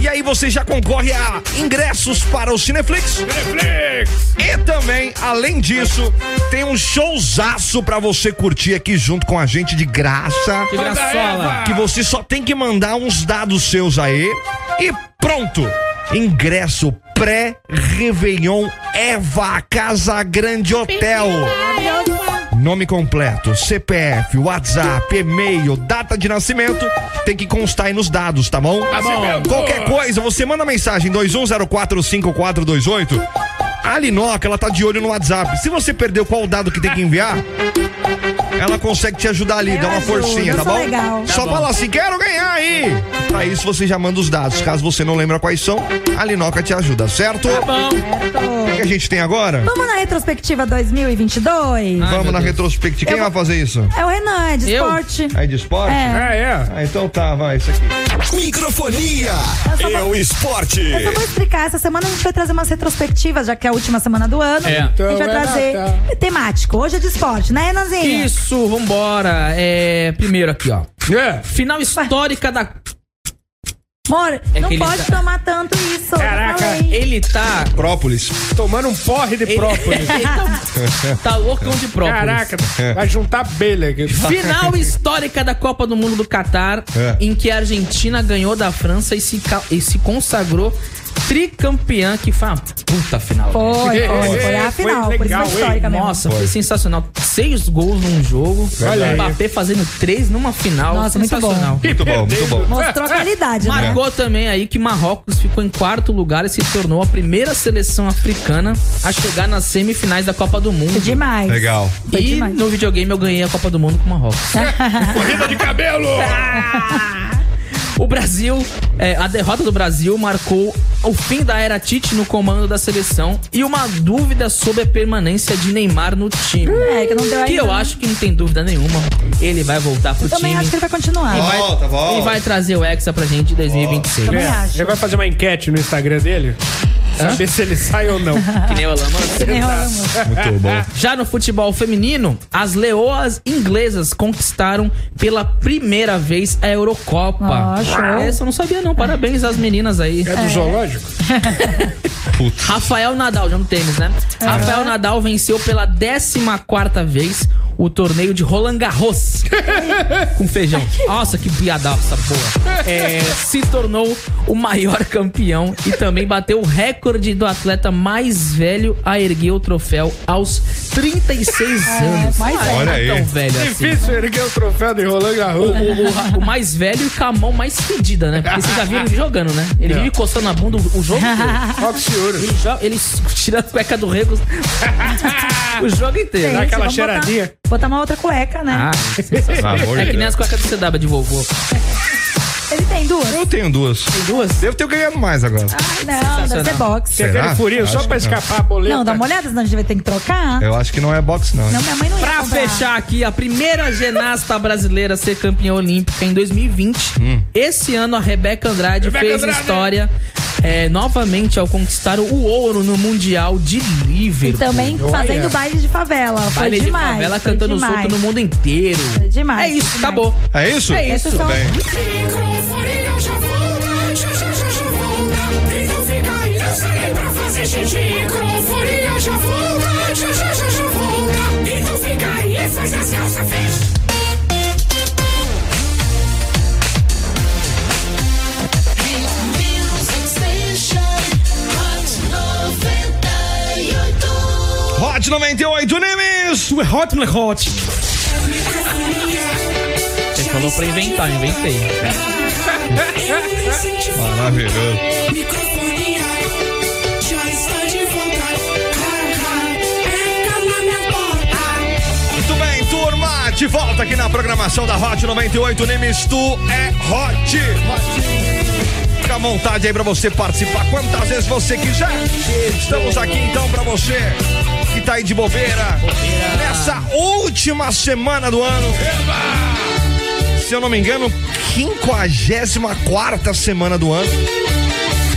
B: E aí você já concorre a ingressos para o Cineflix.
E: Netflix!
B: E também, além disso, tem um showzaço pra você curtir aqui junto com a gente de graça.
F: Que graçola.
B: que você só tem que mandar uns dados seus aí e pronto! Ingresso pré-Réveillon Eva Casa Grande Hotel. nome completo, CPF, WhatsApp, e-mail, data de nascimento, tem que constar aí nos dados, tá bom?
M: Tá bom.
B: Qualquer coisa, você manda mensagem 21045428. A Linoca, ela tá de olho no WhatsApp. Se você perdeu qual o dado que tem que enviar, ela consegue te ajudar ali, dá uma forcinha,
G: eu
B: tá
G: sou
B: bom?
G: legal. Tá
B: Só
G: bom.
B: fala assim, quero ganhar aí. Pra isso você já manda os dados. Caso você não lembra quais são, a Linoca te ajuda, certo? Tá bom. O que, que a gente tem agora?
G: Vamos na retrospectiva
H: Ah.
G: 2022?
B: Vamos na retrospectiva. Quem vai fazer isso?
G: É o Renan, é de esporte.
B: Aí de esporte?
G: É.
B: Ah, então tá, vai, isso aqui.
N: Microfonia e é o esporte.
G: Eu só vou explicar, essa semana a gente vai trazer umas retrospectivas, já que é a última semana do ano.
H: É.
G: a gente vai
H: Então,
G: trazer temático. Hoje é de esporte, né, Renanzinho?
H: Isso, vambora. É, primeiro aqui, ó.
E: É.
H: Final histórica da.
G: Amor,
H: É
G: não
H: que ele
G: pode
H: tá-
G: tomar tanto isso. eu
H: Caraca,
G: falei.
H: ele tá.
B: Própolis.
E: Tomando um porre de
H: Ele-
E: própolis.
H: tá loucão de própolis.
E: Caraca,
B: É.
E: vai juntar abelha aqui.
H: Final histórica da Copa do Mundo do Catar,
E: É.
H: em que a Argentina ganhou da França e se, ca- e se consagrou tricampeã, que foi uma puta final.
G: Foi,
H: né?
G: foi, foi a Foi final, por isso legal, foi histórica hein? mesmo.
H: Nossa, foi sensacional. Seis gols num jogo,
G: Olha aí.
H: o Mbappé fazendo três numa final.
G: Nossa, muito bom.
H: sensacional.
B: Muito bom, muito bom.
G: Mostrou a
H: Ah.
G: qualidade, né?
E: É.
H: Marcou também aí que Marrocos ficou em quarto lugar e se tornou a primeira seleção africana a chegar nas semifinais da Copa do Mundo.
G: Demais.
B: Legal.
H: e no videogame eu ganhei a Copa do Mundo com Marrocos.
M: Corrida de cabelo!
G: Ah,
H: O Brasil, é, a derrota do Brasil marcou o fim da era Tite no comando da seleção e uma dúvida sobre a permanência de Neymar no time.
G: É, que não deu ainda,
H: eu
G: né?
H: acho que não tem dúvida nenhuma. Ele vai voltar pro
G: Eu também
H: time.
G: acho que ele vai continuar.
H: E vai, e vai trazer o Hexa pra gente em 2026.
G: Também acho.
E: Ele vai fazer uma enquete no Instagram dele? Saber se ele sai ou não.
H: Que nem o Alaman.
E: Que nem o Alaman. Muito
B: Ah,
E: bom.
H: Já no futebol feminino, as leoas inglesas conquistaram pela primeira vez a Eurocopa.
E: Ah, show.
H: Essa eu não sabia não. Parabéns às meninas aí.
E: É do zoológico?
H: Rafael Nadal, já no tênis, né?
E: É.
H: Rafael Nadal venceu pela 14 vez o torneio de Roland Garros. Com feijão. Nossa, que piadaça boa. É, se tornou o maior campeão e também bateu o recorde do atleta mais velho a erguer o troféu aos 36 anos.
E: mais
H: Ah,
E: velho.
B: então,
H: não é
E: Olha aí.
H: Tão velho assim.
E: Difícil erguer o troféu de Roland Garros.
H: O, o- o mais velho e com a mão mais fedida, né? Porque vocês já viram ele jogando, né? Ele vive coçando a bunda o o jogo inteiro. Ele, joga, ele tira a cueca do rego o jogo inteiro.
G: Gente, vamos botar- Botar, uma outra cueca, né?
H: Ah,
B: amor de
H: é que nem
B: Deus.
H: as cuecas do CW de vovô.
G: Ele tem duas? Ah,
B: Eu tenho duas.
H: Tem duas?
B: Devo ter ganhado mais agora.
G: Não, deve ser boxe.
B: Será? Quer ver Ah, furinho só Acho pra que não. escapar a
H: boleta?
G: Não, dá uma olhada, senão a gente vai ter que trocar.
B: Eu acho que não é box, não.
G: Não, minha mãe não ia
H: Pra
G: comprar.
H: fechar aqui, a primeira ginasta brasileira a ser campeã olímpica em 2020.
B: Hum.
H: Esse ano a Rebeca Andrade
M: Rebeca
H: fez
M: Andrade!
H: história é, novamente ao conquistar o ouro no Mundial de
G: E
H: Liverpool.
G: também fazendo baile de favela. Então, Foi
H: Baile
G: demais.
H: de favela
G: foi
H: cantando
G: demais.
H: solto no mundo inteiro.
G: É demais.
H: É isso, acabou.
B: É isso?
H: É isso.
B: Tudo bem.
N: Microfonia já volta, já já já já volta. Então fica aí, eu saí pra fazer xixi. Microfonia já volta, já já já já volta. Então fica aí, e faz as calças, fez.
B: Hot 98 Nimes!
E: é
B: Hot, hot.
H: Você falou pra inventar, inventei.
B: Maravilhoso.
N: Microfonia já está de volta. Entra na minha porta.
B: Muito bem, turma, de volta aqui na programação da Hot 98 Nimes, tu é Hot. Fica à vontade aí pra você participar quantas vezes você quiser. Estamos aqui então pra você que tá aí de bobeira nessa última semana do ano. Se eu não me engano, 54 semana do ano.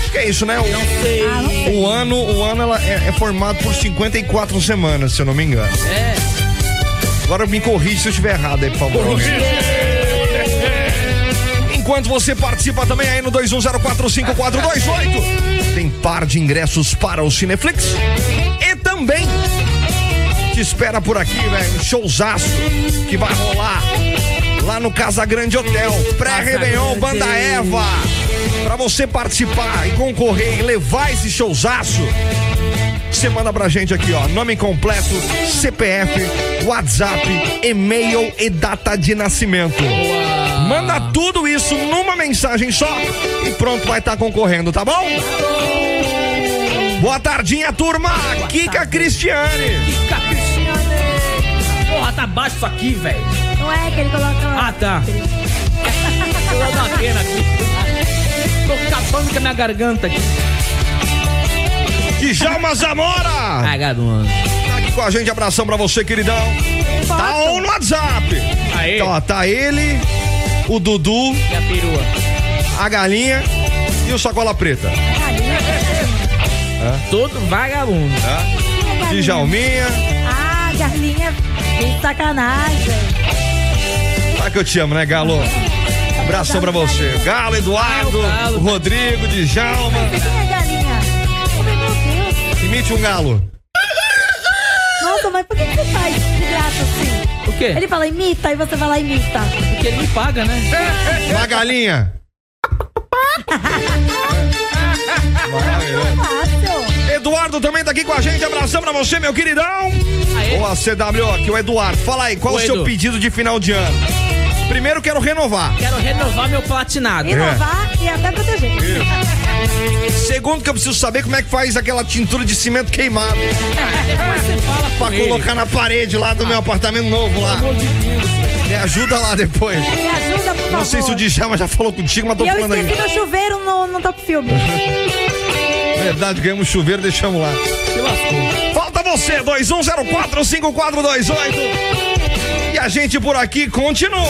B: Acho que é isso, né? O, o ano, o ano ela é, é formado por 54 semanas, se eu não me engano.
H: É.
B: Agora me corrija se eu estiver errado aí, por favor. Enquanto você participa também aí no 21045428, tem par de ingressos para o Cineflix e também te espera por aqui, velho, um showzaço que vai rolar lá no Casa Grande Hotel, pré-Réveillon,
N: Grande.
B: Banda Eva. Pra você participar e concorrer e levar esse showzaço, Você manda pra gente aqui, ó. Nome completo, CPF, WhatsApp, e-mail e data de nascimento. Manda tudo isso numa mensagem só e pronto, vai estar concorrendo, tá bom? Boa tardinha, turma! Kika Cristiane!
F: Kika Cristiane! Porra, tá baixo isso aqui, velho.
G: Não é que ele coloca lá.
F: Ah, tá. Tô dando uma pena aqui. Tô capando com a minha garganta aqui.
B: Djalma Zamora!
F: Ai, garoto.
B: Tá aqui com a gente, abração pra você, queridão. Tá on no WhatsApp.
F: Aí.
B: Então, ó, tá ele, o Dudu.
F: E é a perua.
B: A galinha e o Sacola Preta.
F: Todo vagabundo.
B: tá?
G: galinha.
B: Djalminha.
G: Ah, galinha, que sacanagem.
B: Ah, que eu te amo, né, Galo? Abração pra você. Galo, Eduardo, Rodrigo, Djalma.
G: Quem é galinha? Oh, meu Deus.
B: Imite um galo.
G: Nossa, mas por que que você faz de graça assim?
F: O quê?
G: Ele fala imita e você vai lá e imita.
F: Porque ele me paga, né?
B: Uma galinha.
G: Fácil.
B: Eduardo também tá aqui com a gente. Abração pra você, meu queridão. Boa, CW, aqui o Eduardo. Fala aí, qual
F: Oi,
B: o seu
F: Edu.
B: pedido de final de ano? Primeiro quero renovar.
F: Quero renovar meu platinado.
B: É.
G: Inovar e até proteger.
B: Segundo que eu preciso saber como é que faz aquela tintura de cimento queimado
F: Depois você fala com
B: pra
F: ele.
B: colocar na parede lá do meu apartamento novo lá.
F: Pelo amor de Deus.
B: Me ajuda lá depois.
G: Me ajuda, por favor.
B: Não sei se o Djalma já falou contigo, mas tô
G: Tá E eu
B: falando aí.
G: esqueci meu chuveiro no, no Top Filme.
B: É Verdade, ganhamos chuveiro, deixamos lá.
F: Se lascou.
B: Falta você, 21045428. E a gente por aqui continua.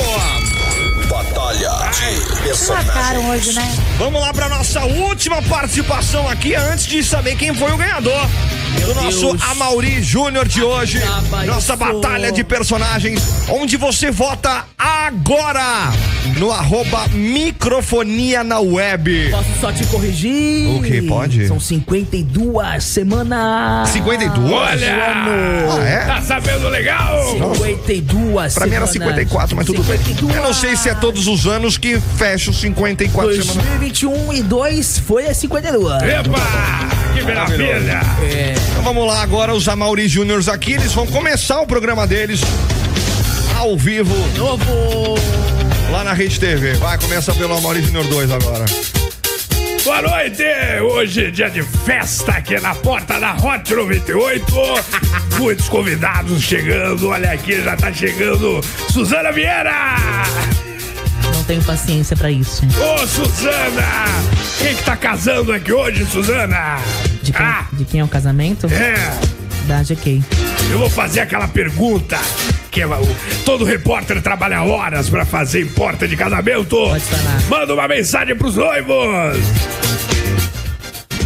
I: Batalha de
G: Sacaram hoje, né?
B: Vamos lá para nossa última participação aqui antes de saber quem foi o ganhador do nosso
F: Deus.
B: Amauri Júnior de hoje.
F: Acaba
B: Nossa
F: isso.
B: batalha de personagens, onde você vota agora no arroba microfonia na web.
H: Posso só te corrigir?
B: O quê? Pode?
H: São 52 semanas.
B: 52?
E: Olha!
B: Ah, é?
E: Tá sabendo legal?
H: 52
B: Pra mim era
H: semanas.
B: 54, mas tudo bem. Eu não sei se é todos os anos que fecha os 54 semanas.
H: 2021 e 2 foi a 52.
E: Epa! Que maravilha!
H: É
B: Então vamos lá agora os Amauri Júniors aqui, eles vão começar o programa deles ao vivo
H: Novo.
B: lá na Rede TV. Vai, começa pelo Amauri Júnior 2 agora.
E: Boa noite! Hoje é dia de festa aqui na porta da Hot 98. Muitos convidados chegando. Olha aqui, já tá chegando Suzana Vieira!
F: Não tenho paciência pra isso.
E: Ô, Suzana! Quem que tá casando aqui hoje, Suzana?
F: De quem,
E: Ah,
F: de quem é o casamento?
E: é.
F: Da GK.
E: Eu vou fazer aquela pergunta que é, o- todo repórter trabalha horas pra fazer em porta de casamento.
F: Pode falar.
E: Manda uma mensagem pros noivos.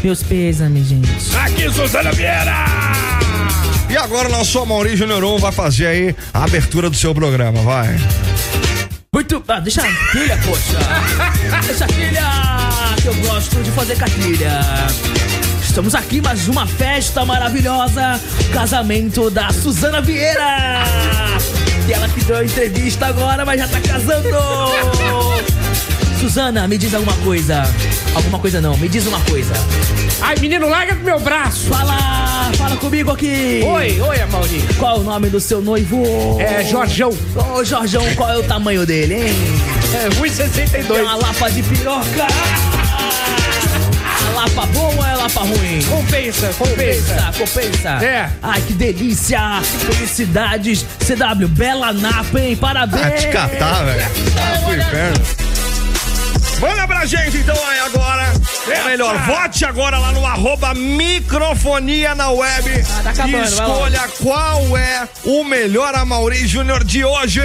F: Meus pêsames, gente.
E: Aqui, Suzana Vieira.
B: E agora o nosso Amauri Júnior 1 vai fazer aí a abertura do seu programa, vai.
H: Muito. Ah, deixa a trilha, poxa. Deixa a trilha, que eu gosto de fazer com a trilha. Estamos aqui mais uma festa maravilhosa, casamento da Suzana Vieira. E ela que deu entrevista agora, mas já tá casando. Suzana, me diz alguma coisa. Alguma coisa não, me diz uma coisa.
C: Ai, menino, larga do meu braço.
H: Fala, fala comigo aqui.
C: Oi, oi, Amauri.
H: Qual é o nome do seu noivo?
C: É, Jorjão.
H: Ô, Jorjão, qual é o tamanho dele, hein?
C: É, 1,62.
H: É uma lapa de piroca. A lapa boa ou é a lapa ruim?
C: Compensa, compensa.
H: Compensa, compensa.
C: É.
H: Ai, que delícia. Felicidades. CW, bela napa, hein? Parabéns.
F: Tá
B: Ah, te catar, velho. Ah,
F: um
B: pro inferno. Manda pra gente então aí agora. É melhor, vote agora lá no arroba microfonia na web.
F: tá acabando,
B: e
F: vai
B: escolha qual é o melhor Amauri Júnior de hoje.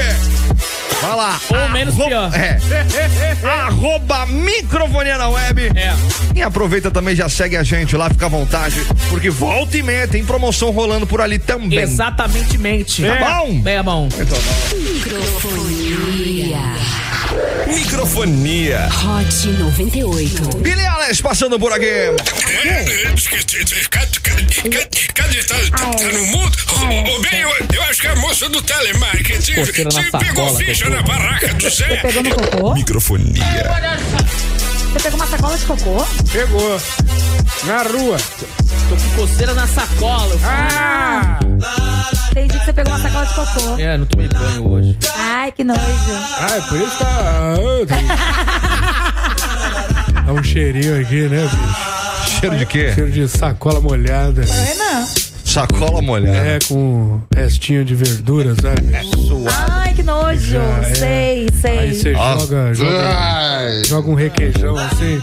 B: Vai lá.
F: Ou menos
B: Arro-
F: pior.
B: É. Arroba microfonia na web.
F: É.
B: E aproveita também, já segue a gente lá, fica à vontade. Porque volta e meia tem promoção rolando por ali também.
F: Exatamente mente.
C: É.
B: Tá bom?
F: Bem, bom.
H: É
I: Microfonia.
O: Hot 98.
B: Billy Alex passando por aqui.
I: Cadê? Tá, tá, tá no mundo? Ô, ô, bem, eu, eu acho que é a moça do telemarketing
F: Coceira na
I: se pegou
F: sacola, Tá
I: ficha
F: cocô.
I: na barraca do Zé.
G: Pegou no cocô?
I: Microfonia.
G: Você pegou uma sacola de cocô?
E: Pegou. Na rua.
H: Tô com coceira na sacola.
E: Ah!
G: Entendi que você pegou uma sacola de cocô.
H: É, não tomei banho hoje.
G: Ai, que nojo.
E: Ah, é por isso que tá. Dá um cheirinho aqui, né, bicho?
B: Cheiro de quê?
E: Cheiro de sacola molhada.
G: Renan.
B: Sacola molhada.
E: É, com restinho de verdura, sabe?
G: Ai, que nojo.
E: Já, é.
G: Sei,
E: Aí você
B: É,
G: sei.
E: joga, joga, joga um requeijão assim.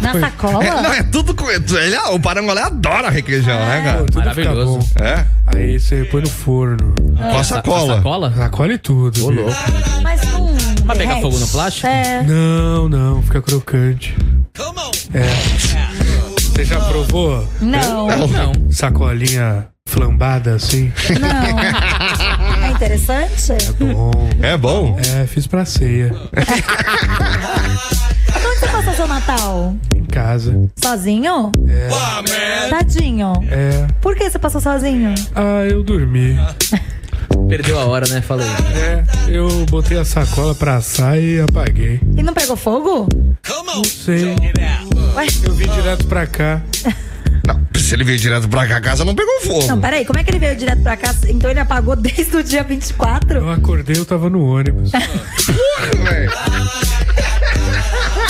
G: Na sacola?
B: É, não, é tudo com. Ele, ah, o parangolé adora requeijão, né, cara?
E: Maravilhoso.
B: É?
E: Aí você põe no forno.
B: Com
G: É.
B: a sacola.
H: sacola?
E: Sacola e tudo. Ô, louco.
G: Mas não.
H: Mas pega
G: derrete.
H: fogo no plástico?
G: É.
E: Não, não, fica crocante. É. Você já provou?
G: Não.
H: Não.
E: Sacolinha flambada assim?
G: Não. É interessante?
E: Bom.
B: É bom?
E: É, fiz pra ceia.
G: Onde você passou seu Natal?
E: em casa.
G: Sozinho?
E: É.
G: Tadinho.
E: É.
G: Por que você passou sozinho?
E: Ah, eu dormi.
H: Perdeu a hora, né? Falei.
E: É, eu botei a sacola pra assar e apaguei.
G: E não pegou fogo?
E: Não sei.
G: Ué?
E: Eu vim direto pra cá.
B: Se ele veio direto pra cá, a casa não pegou fogo.
G: Não, peraí, como é que ele veio direto pra cá? Então ele apagou desde o dia 24?
E: Eu acordei, eu tava no ônibus.
B: É.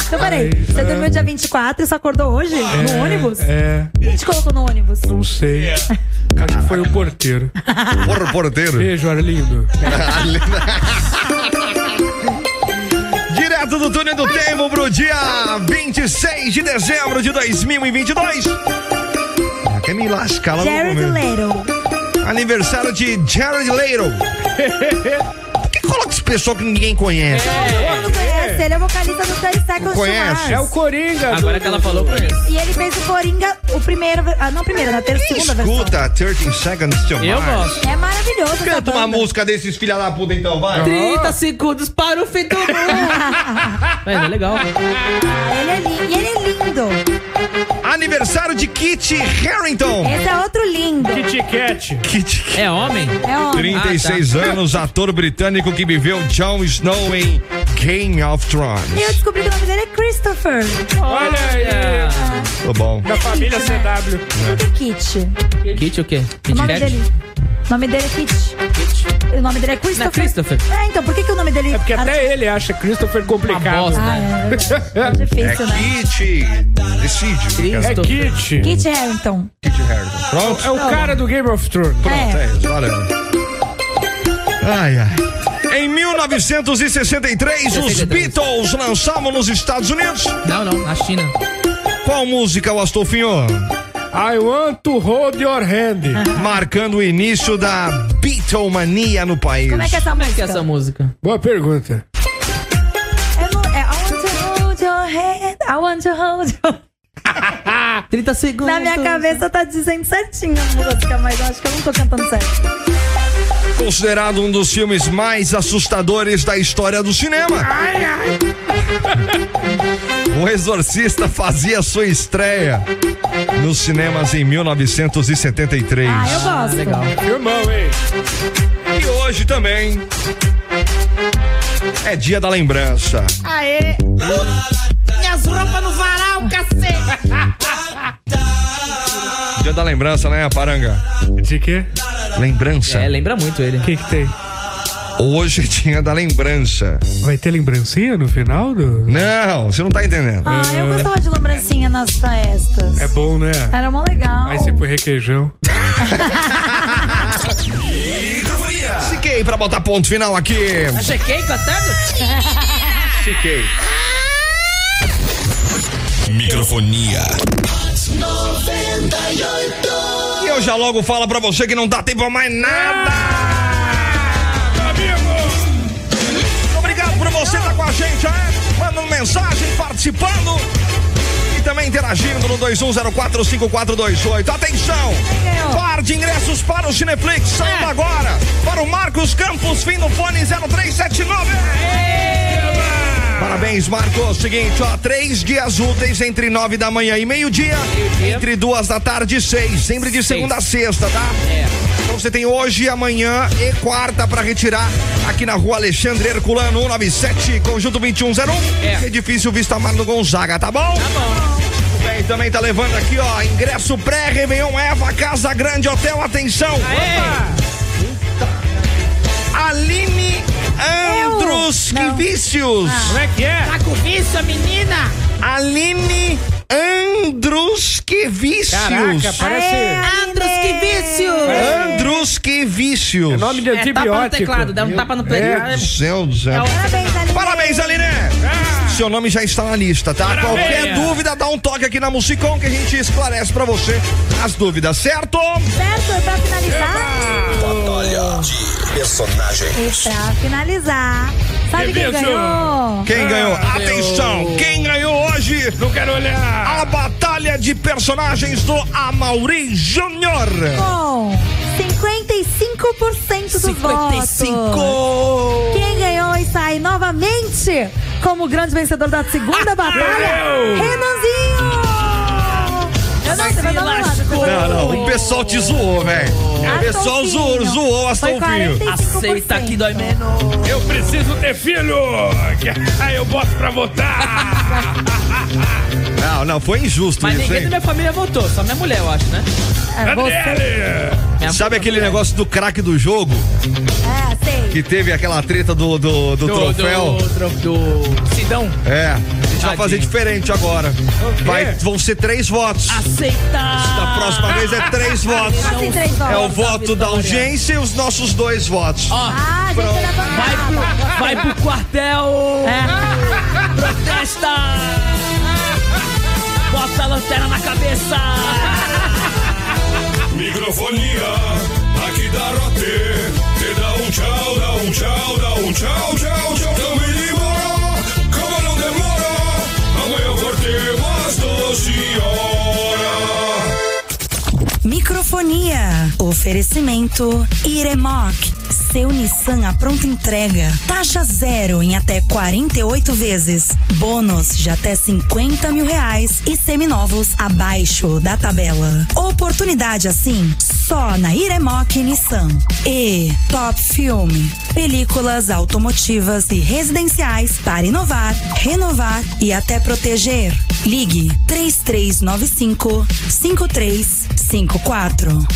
G: Então peraí,
E: Ai,
G: você
E: ah.
G: dormiu dia 24 e só acordou hoje?
E: É,
G: No ônibus?
E: É,
G: Quem te colocou no ônibus?
E: não sei. Acho que foi o porteiro.
B: Porra, porteiro.
E: Beijo, Arlindo.
B: Direto do túnel do tempo pro dia 26 de dezembro de 2022. Ah, Quer me lascar lá
G: Jared
B: no momento.
G: Leto.
B: Aniversário de Jared Leiro. Por que coloca esse pessoal que ninguém conhece?
H: É,
G: Todo mundo conhece, ele é o vocalista do 30 Seconds to
B: Conhece?
G: Mars.
E: É o Coringa.
H: Agora
E: do-
H: que ela falou, eu conheço.
G: E ele fez o Coringa, o primeiro, ah, não o primeiro, na terceira, segunda versão.
B: Escuta 30 Seconds to
H: Eu
B: Mars.
H: gosto.
G: É maravilhoso essa
B: Canta uma
G: banda.
B: música desses filha da puta então, vai.
H: 30 segundos para o fim do mundo. é, é legal.
G: Ele é lindo, e ele é lindo.
B: Aniversário de Kit Harington.
G: Esse é outro lindo.
E: Kit Kat.
B: Kit
H: É homem?
G: É homem.
B: 36
H: Ah, tá.
B: anos, ator britânico que viveu Jon Snow em Game of
G: E eu
B: Thrones.
G: descobri que o nome dele é Christopher.
E: Olha aí.
B: Tá bom.
E: Da família CW.
G: Tudo Kit.
H: Kit o quê?
G: O
H: Kit
G: nome
H: Kat?
G: dele. O nome dele é Kit. O nome dele é Christopher.
H: Não é Christopher?
G: É, então, por que, que o nome dele
E: É porque
G: Ah,
E: até ele acha Christopher
H: Uma
E: complicado.
H: bosta.
G: Ah, é, verdade. é
B: É
G: difícil, né?
B: Kit. Decide.
E: É
H: Christopher.
E: Kit.
G: Kit Harington.
B: Kit Harington. Pronto?
E: É o cara do Game of Thrones.
B: Pronto,
G: É.
B: é isso. Valeu. Ai, ai. Em 1963, os
H: 63.
B: Beatles lançavam nos Estados Unidos.
H: Não, não, na China.
B: Qual música, o Astolfinho?
E: I want to hold your hand.
P: Ah.
B: Marcando o início da Beatlemania no país.
G: Como é que é essa
H: Como é que
G: música?
H: é essa música?
E: Boa pergunta.
G: É no- é I want to hold your hand, I want to hold your...
H: 30 segundos.
G: Na minha cabeça tá dizendo certinho a música, mas eu acho que eu não tô cantando certo.
B: Considerado um dos filmes mais assustadores da história do cinema. O Exorcista fazia sua estreia nos cinemas em 1973.
G: Ah, eu gosto.
H: Legal.
E: Irmão, hein?
B: E hoje também é dia da lembrança.
F: Aê! Minhas roupas no varal, cacete!
B: Dia da lembrança, né, Paranga?
E: De quê?
B: Lembrança.
H: É, lembra muito ele.
E: O que que tem?
B: Hoje é dia da lembrança.
E: Vai ter lembrancinha no final do...
B: Não, você não tá entendendo.
G: Ah, eu gostava de lembrancinha nas festas.
E: É bom, né?
G: Era mó legal.
E: Aí você põe requeijão.
B: Fiquei pra botar ponto final aqui.
H: Chequei cantando?
B: Fiquei.
I: Microfonia.
B: E eu já logo falo pra você que não dá tempo pra mais nada. Obrigado por você estar com a gente, né? Mandando mensagem, participando e também interagindo no 21045428. Atenção!
G: ganhou?
B: Par de ingressos para o Cineflix saindo agora para o Marcos Campos, fim do fone 0379. Eba! Parabéns, Marcos. Seguinte, ó, três dias úteis entre nove da manhã e meio-dia. entre duas da tarde e seis. Sempre de segunda a sexta, tá? É. Então você tem hoje, amanhã e quarta pra retirar aqui na rua Alexandre Herculano, 197, conjunto 2101. É. Edifício Vista Mar do Gonzaga, tá bom? Tá bom. Bem, também tá levando aqui, ó, ingresso pré-Réveillon Eva Casa Grande Hotel, atenção! Aline Andros Vícios.
F: Como é que é? Tá com vício, a menina?
B: Aline Andruskevicius.
P: Caraca, parece- É,
F: Andruskevicius.
B: Andruskevicius. É nome
P: de É, tapa no antibiótico. teclado, dá um tapa no teclado.
B: Meu Deus do céu.
G: Parabéns, Aline.
B: Parabéns, Aline. Seu nome já está na lista, tá?
Q: Parabéns.
B: Qualquer dúvida, dá um toque aqui na Musicom que a gente esclarece pra você as dúvidas, certo?
G: Certo, é pra finalizar.
I: Batalha de personagem.
G: E É pra finalizar, sabe quem
B: Revício.
G: ganhou?
B: Quem ganhou? Atenção! Quem ganhou hoje? Não quero
P: Ah,
B: olhar! A batalha de personagens do Amaury Júnior!
G: Com 55% dos
B: 55.
G: votos. Quem ganhou e sai novamente como grande vencedor da segunda batalha? Renanzinho! Eu não sei, mas não é nada.
B: Não, não, o pessoal te zoou, velho.
G: Tá
B: O
I: É
B: pessoal zoou, zoou Astolfinho.
E: Aceita que dói menos. Eu preciso ter filho. que Aí eu boto pra votar.
B: Não, não, foi injusto
H: Mas
B: isso,
H: ninguém tá da
B: hein?
H: minha família votou, só minha mulher, eu acho, né?
B: Sabe aquele negócio do craque do jogo?
G: É, sei.
B: Que teve aquela treta do, do, do troféu?
H: Do, do, do Sidão.
B: É, a gente vai fazer diferente agora.
H: quê?
B: Vai, vão ser três votos.
H: Aceita!
B: Da próxima vez é três votos.
G: Como assim três votos?
B: É o voto da audiência e os nossos dois votos.
G: Ah, gente, era pra-
H: Vai pro quartel! Protesta! Bota a lanterna na cabeça!
I: Microfonia, aqui da Rote. Te dá um tchau, dá um tchau, dá um tchau, tchau, tchau. Tamo indo embora, calma não demora. Amanhã eu vou ter umas 12 horas.
A: Microfonia. Oferecimento Iremoc. Seu Nissan a pronta entrega. Taxa zero em até 48 vezes. Bônus de até 50 mil reais e seminovos abaixo da tabela. Oportunidade assim só na Iremoc Nissan. E Top Filme. Películas automotivas e residenciais para inovar, renovar e até proteger. Ligue 3395 5354.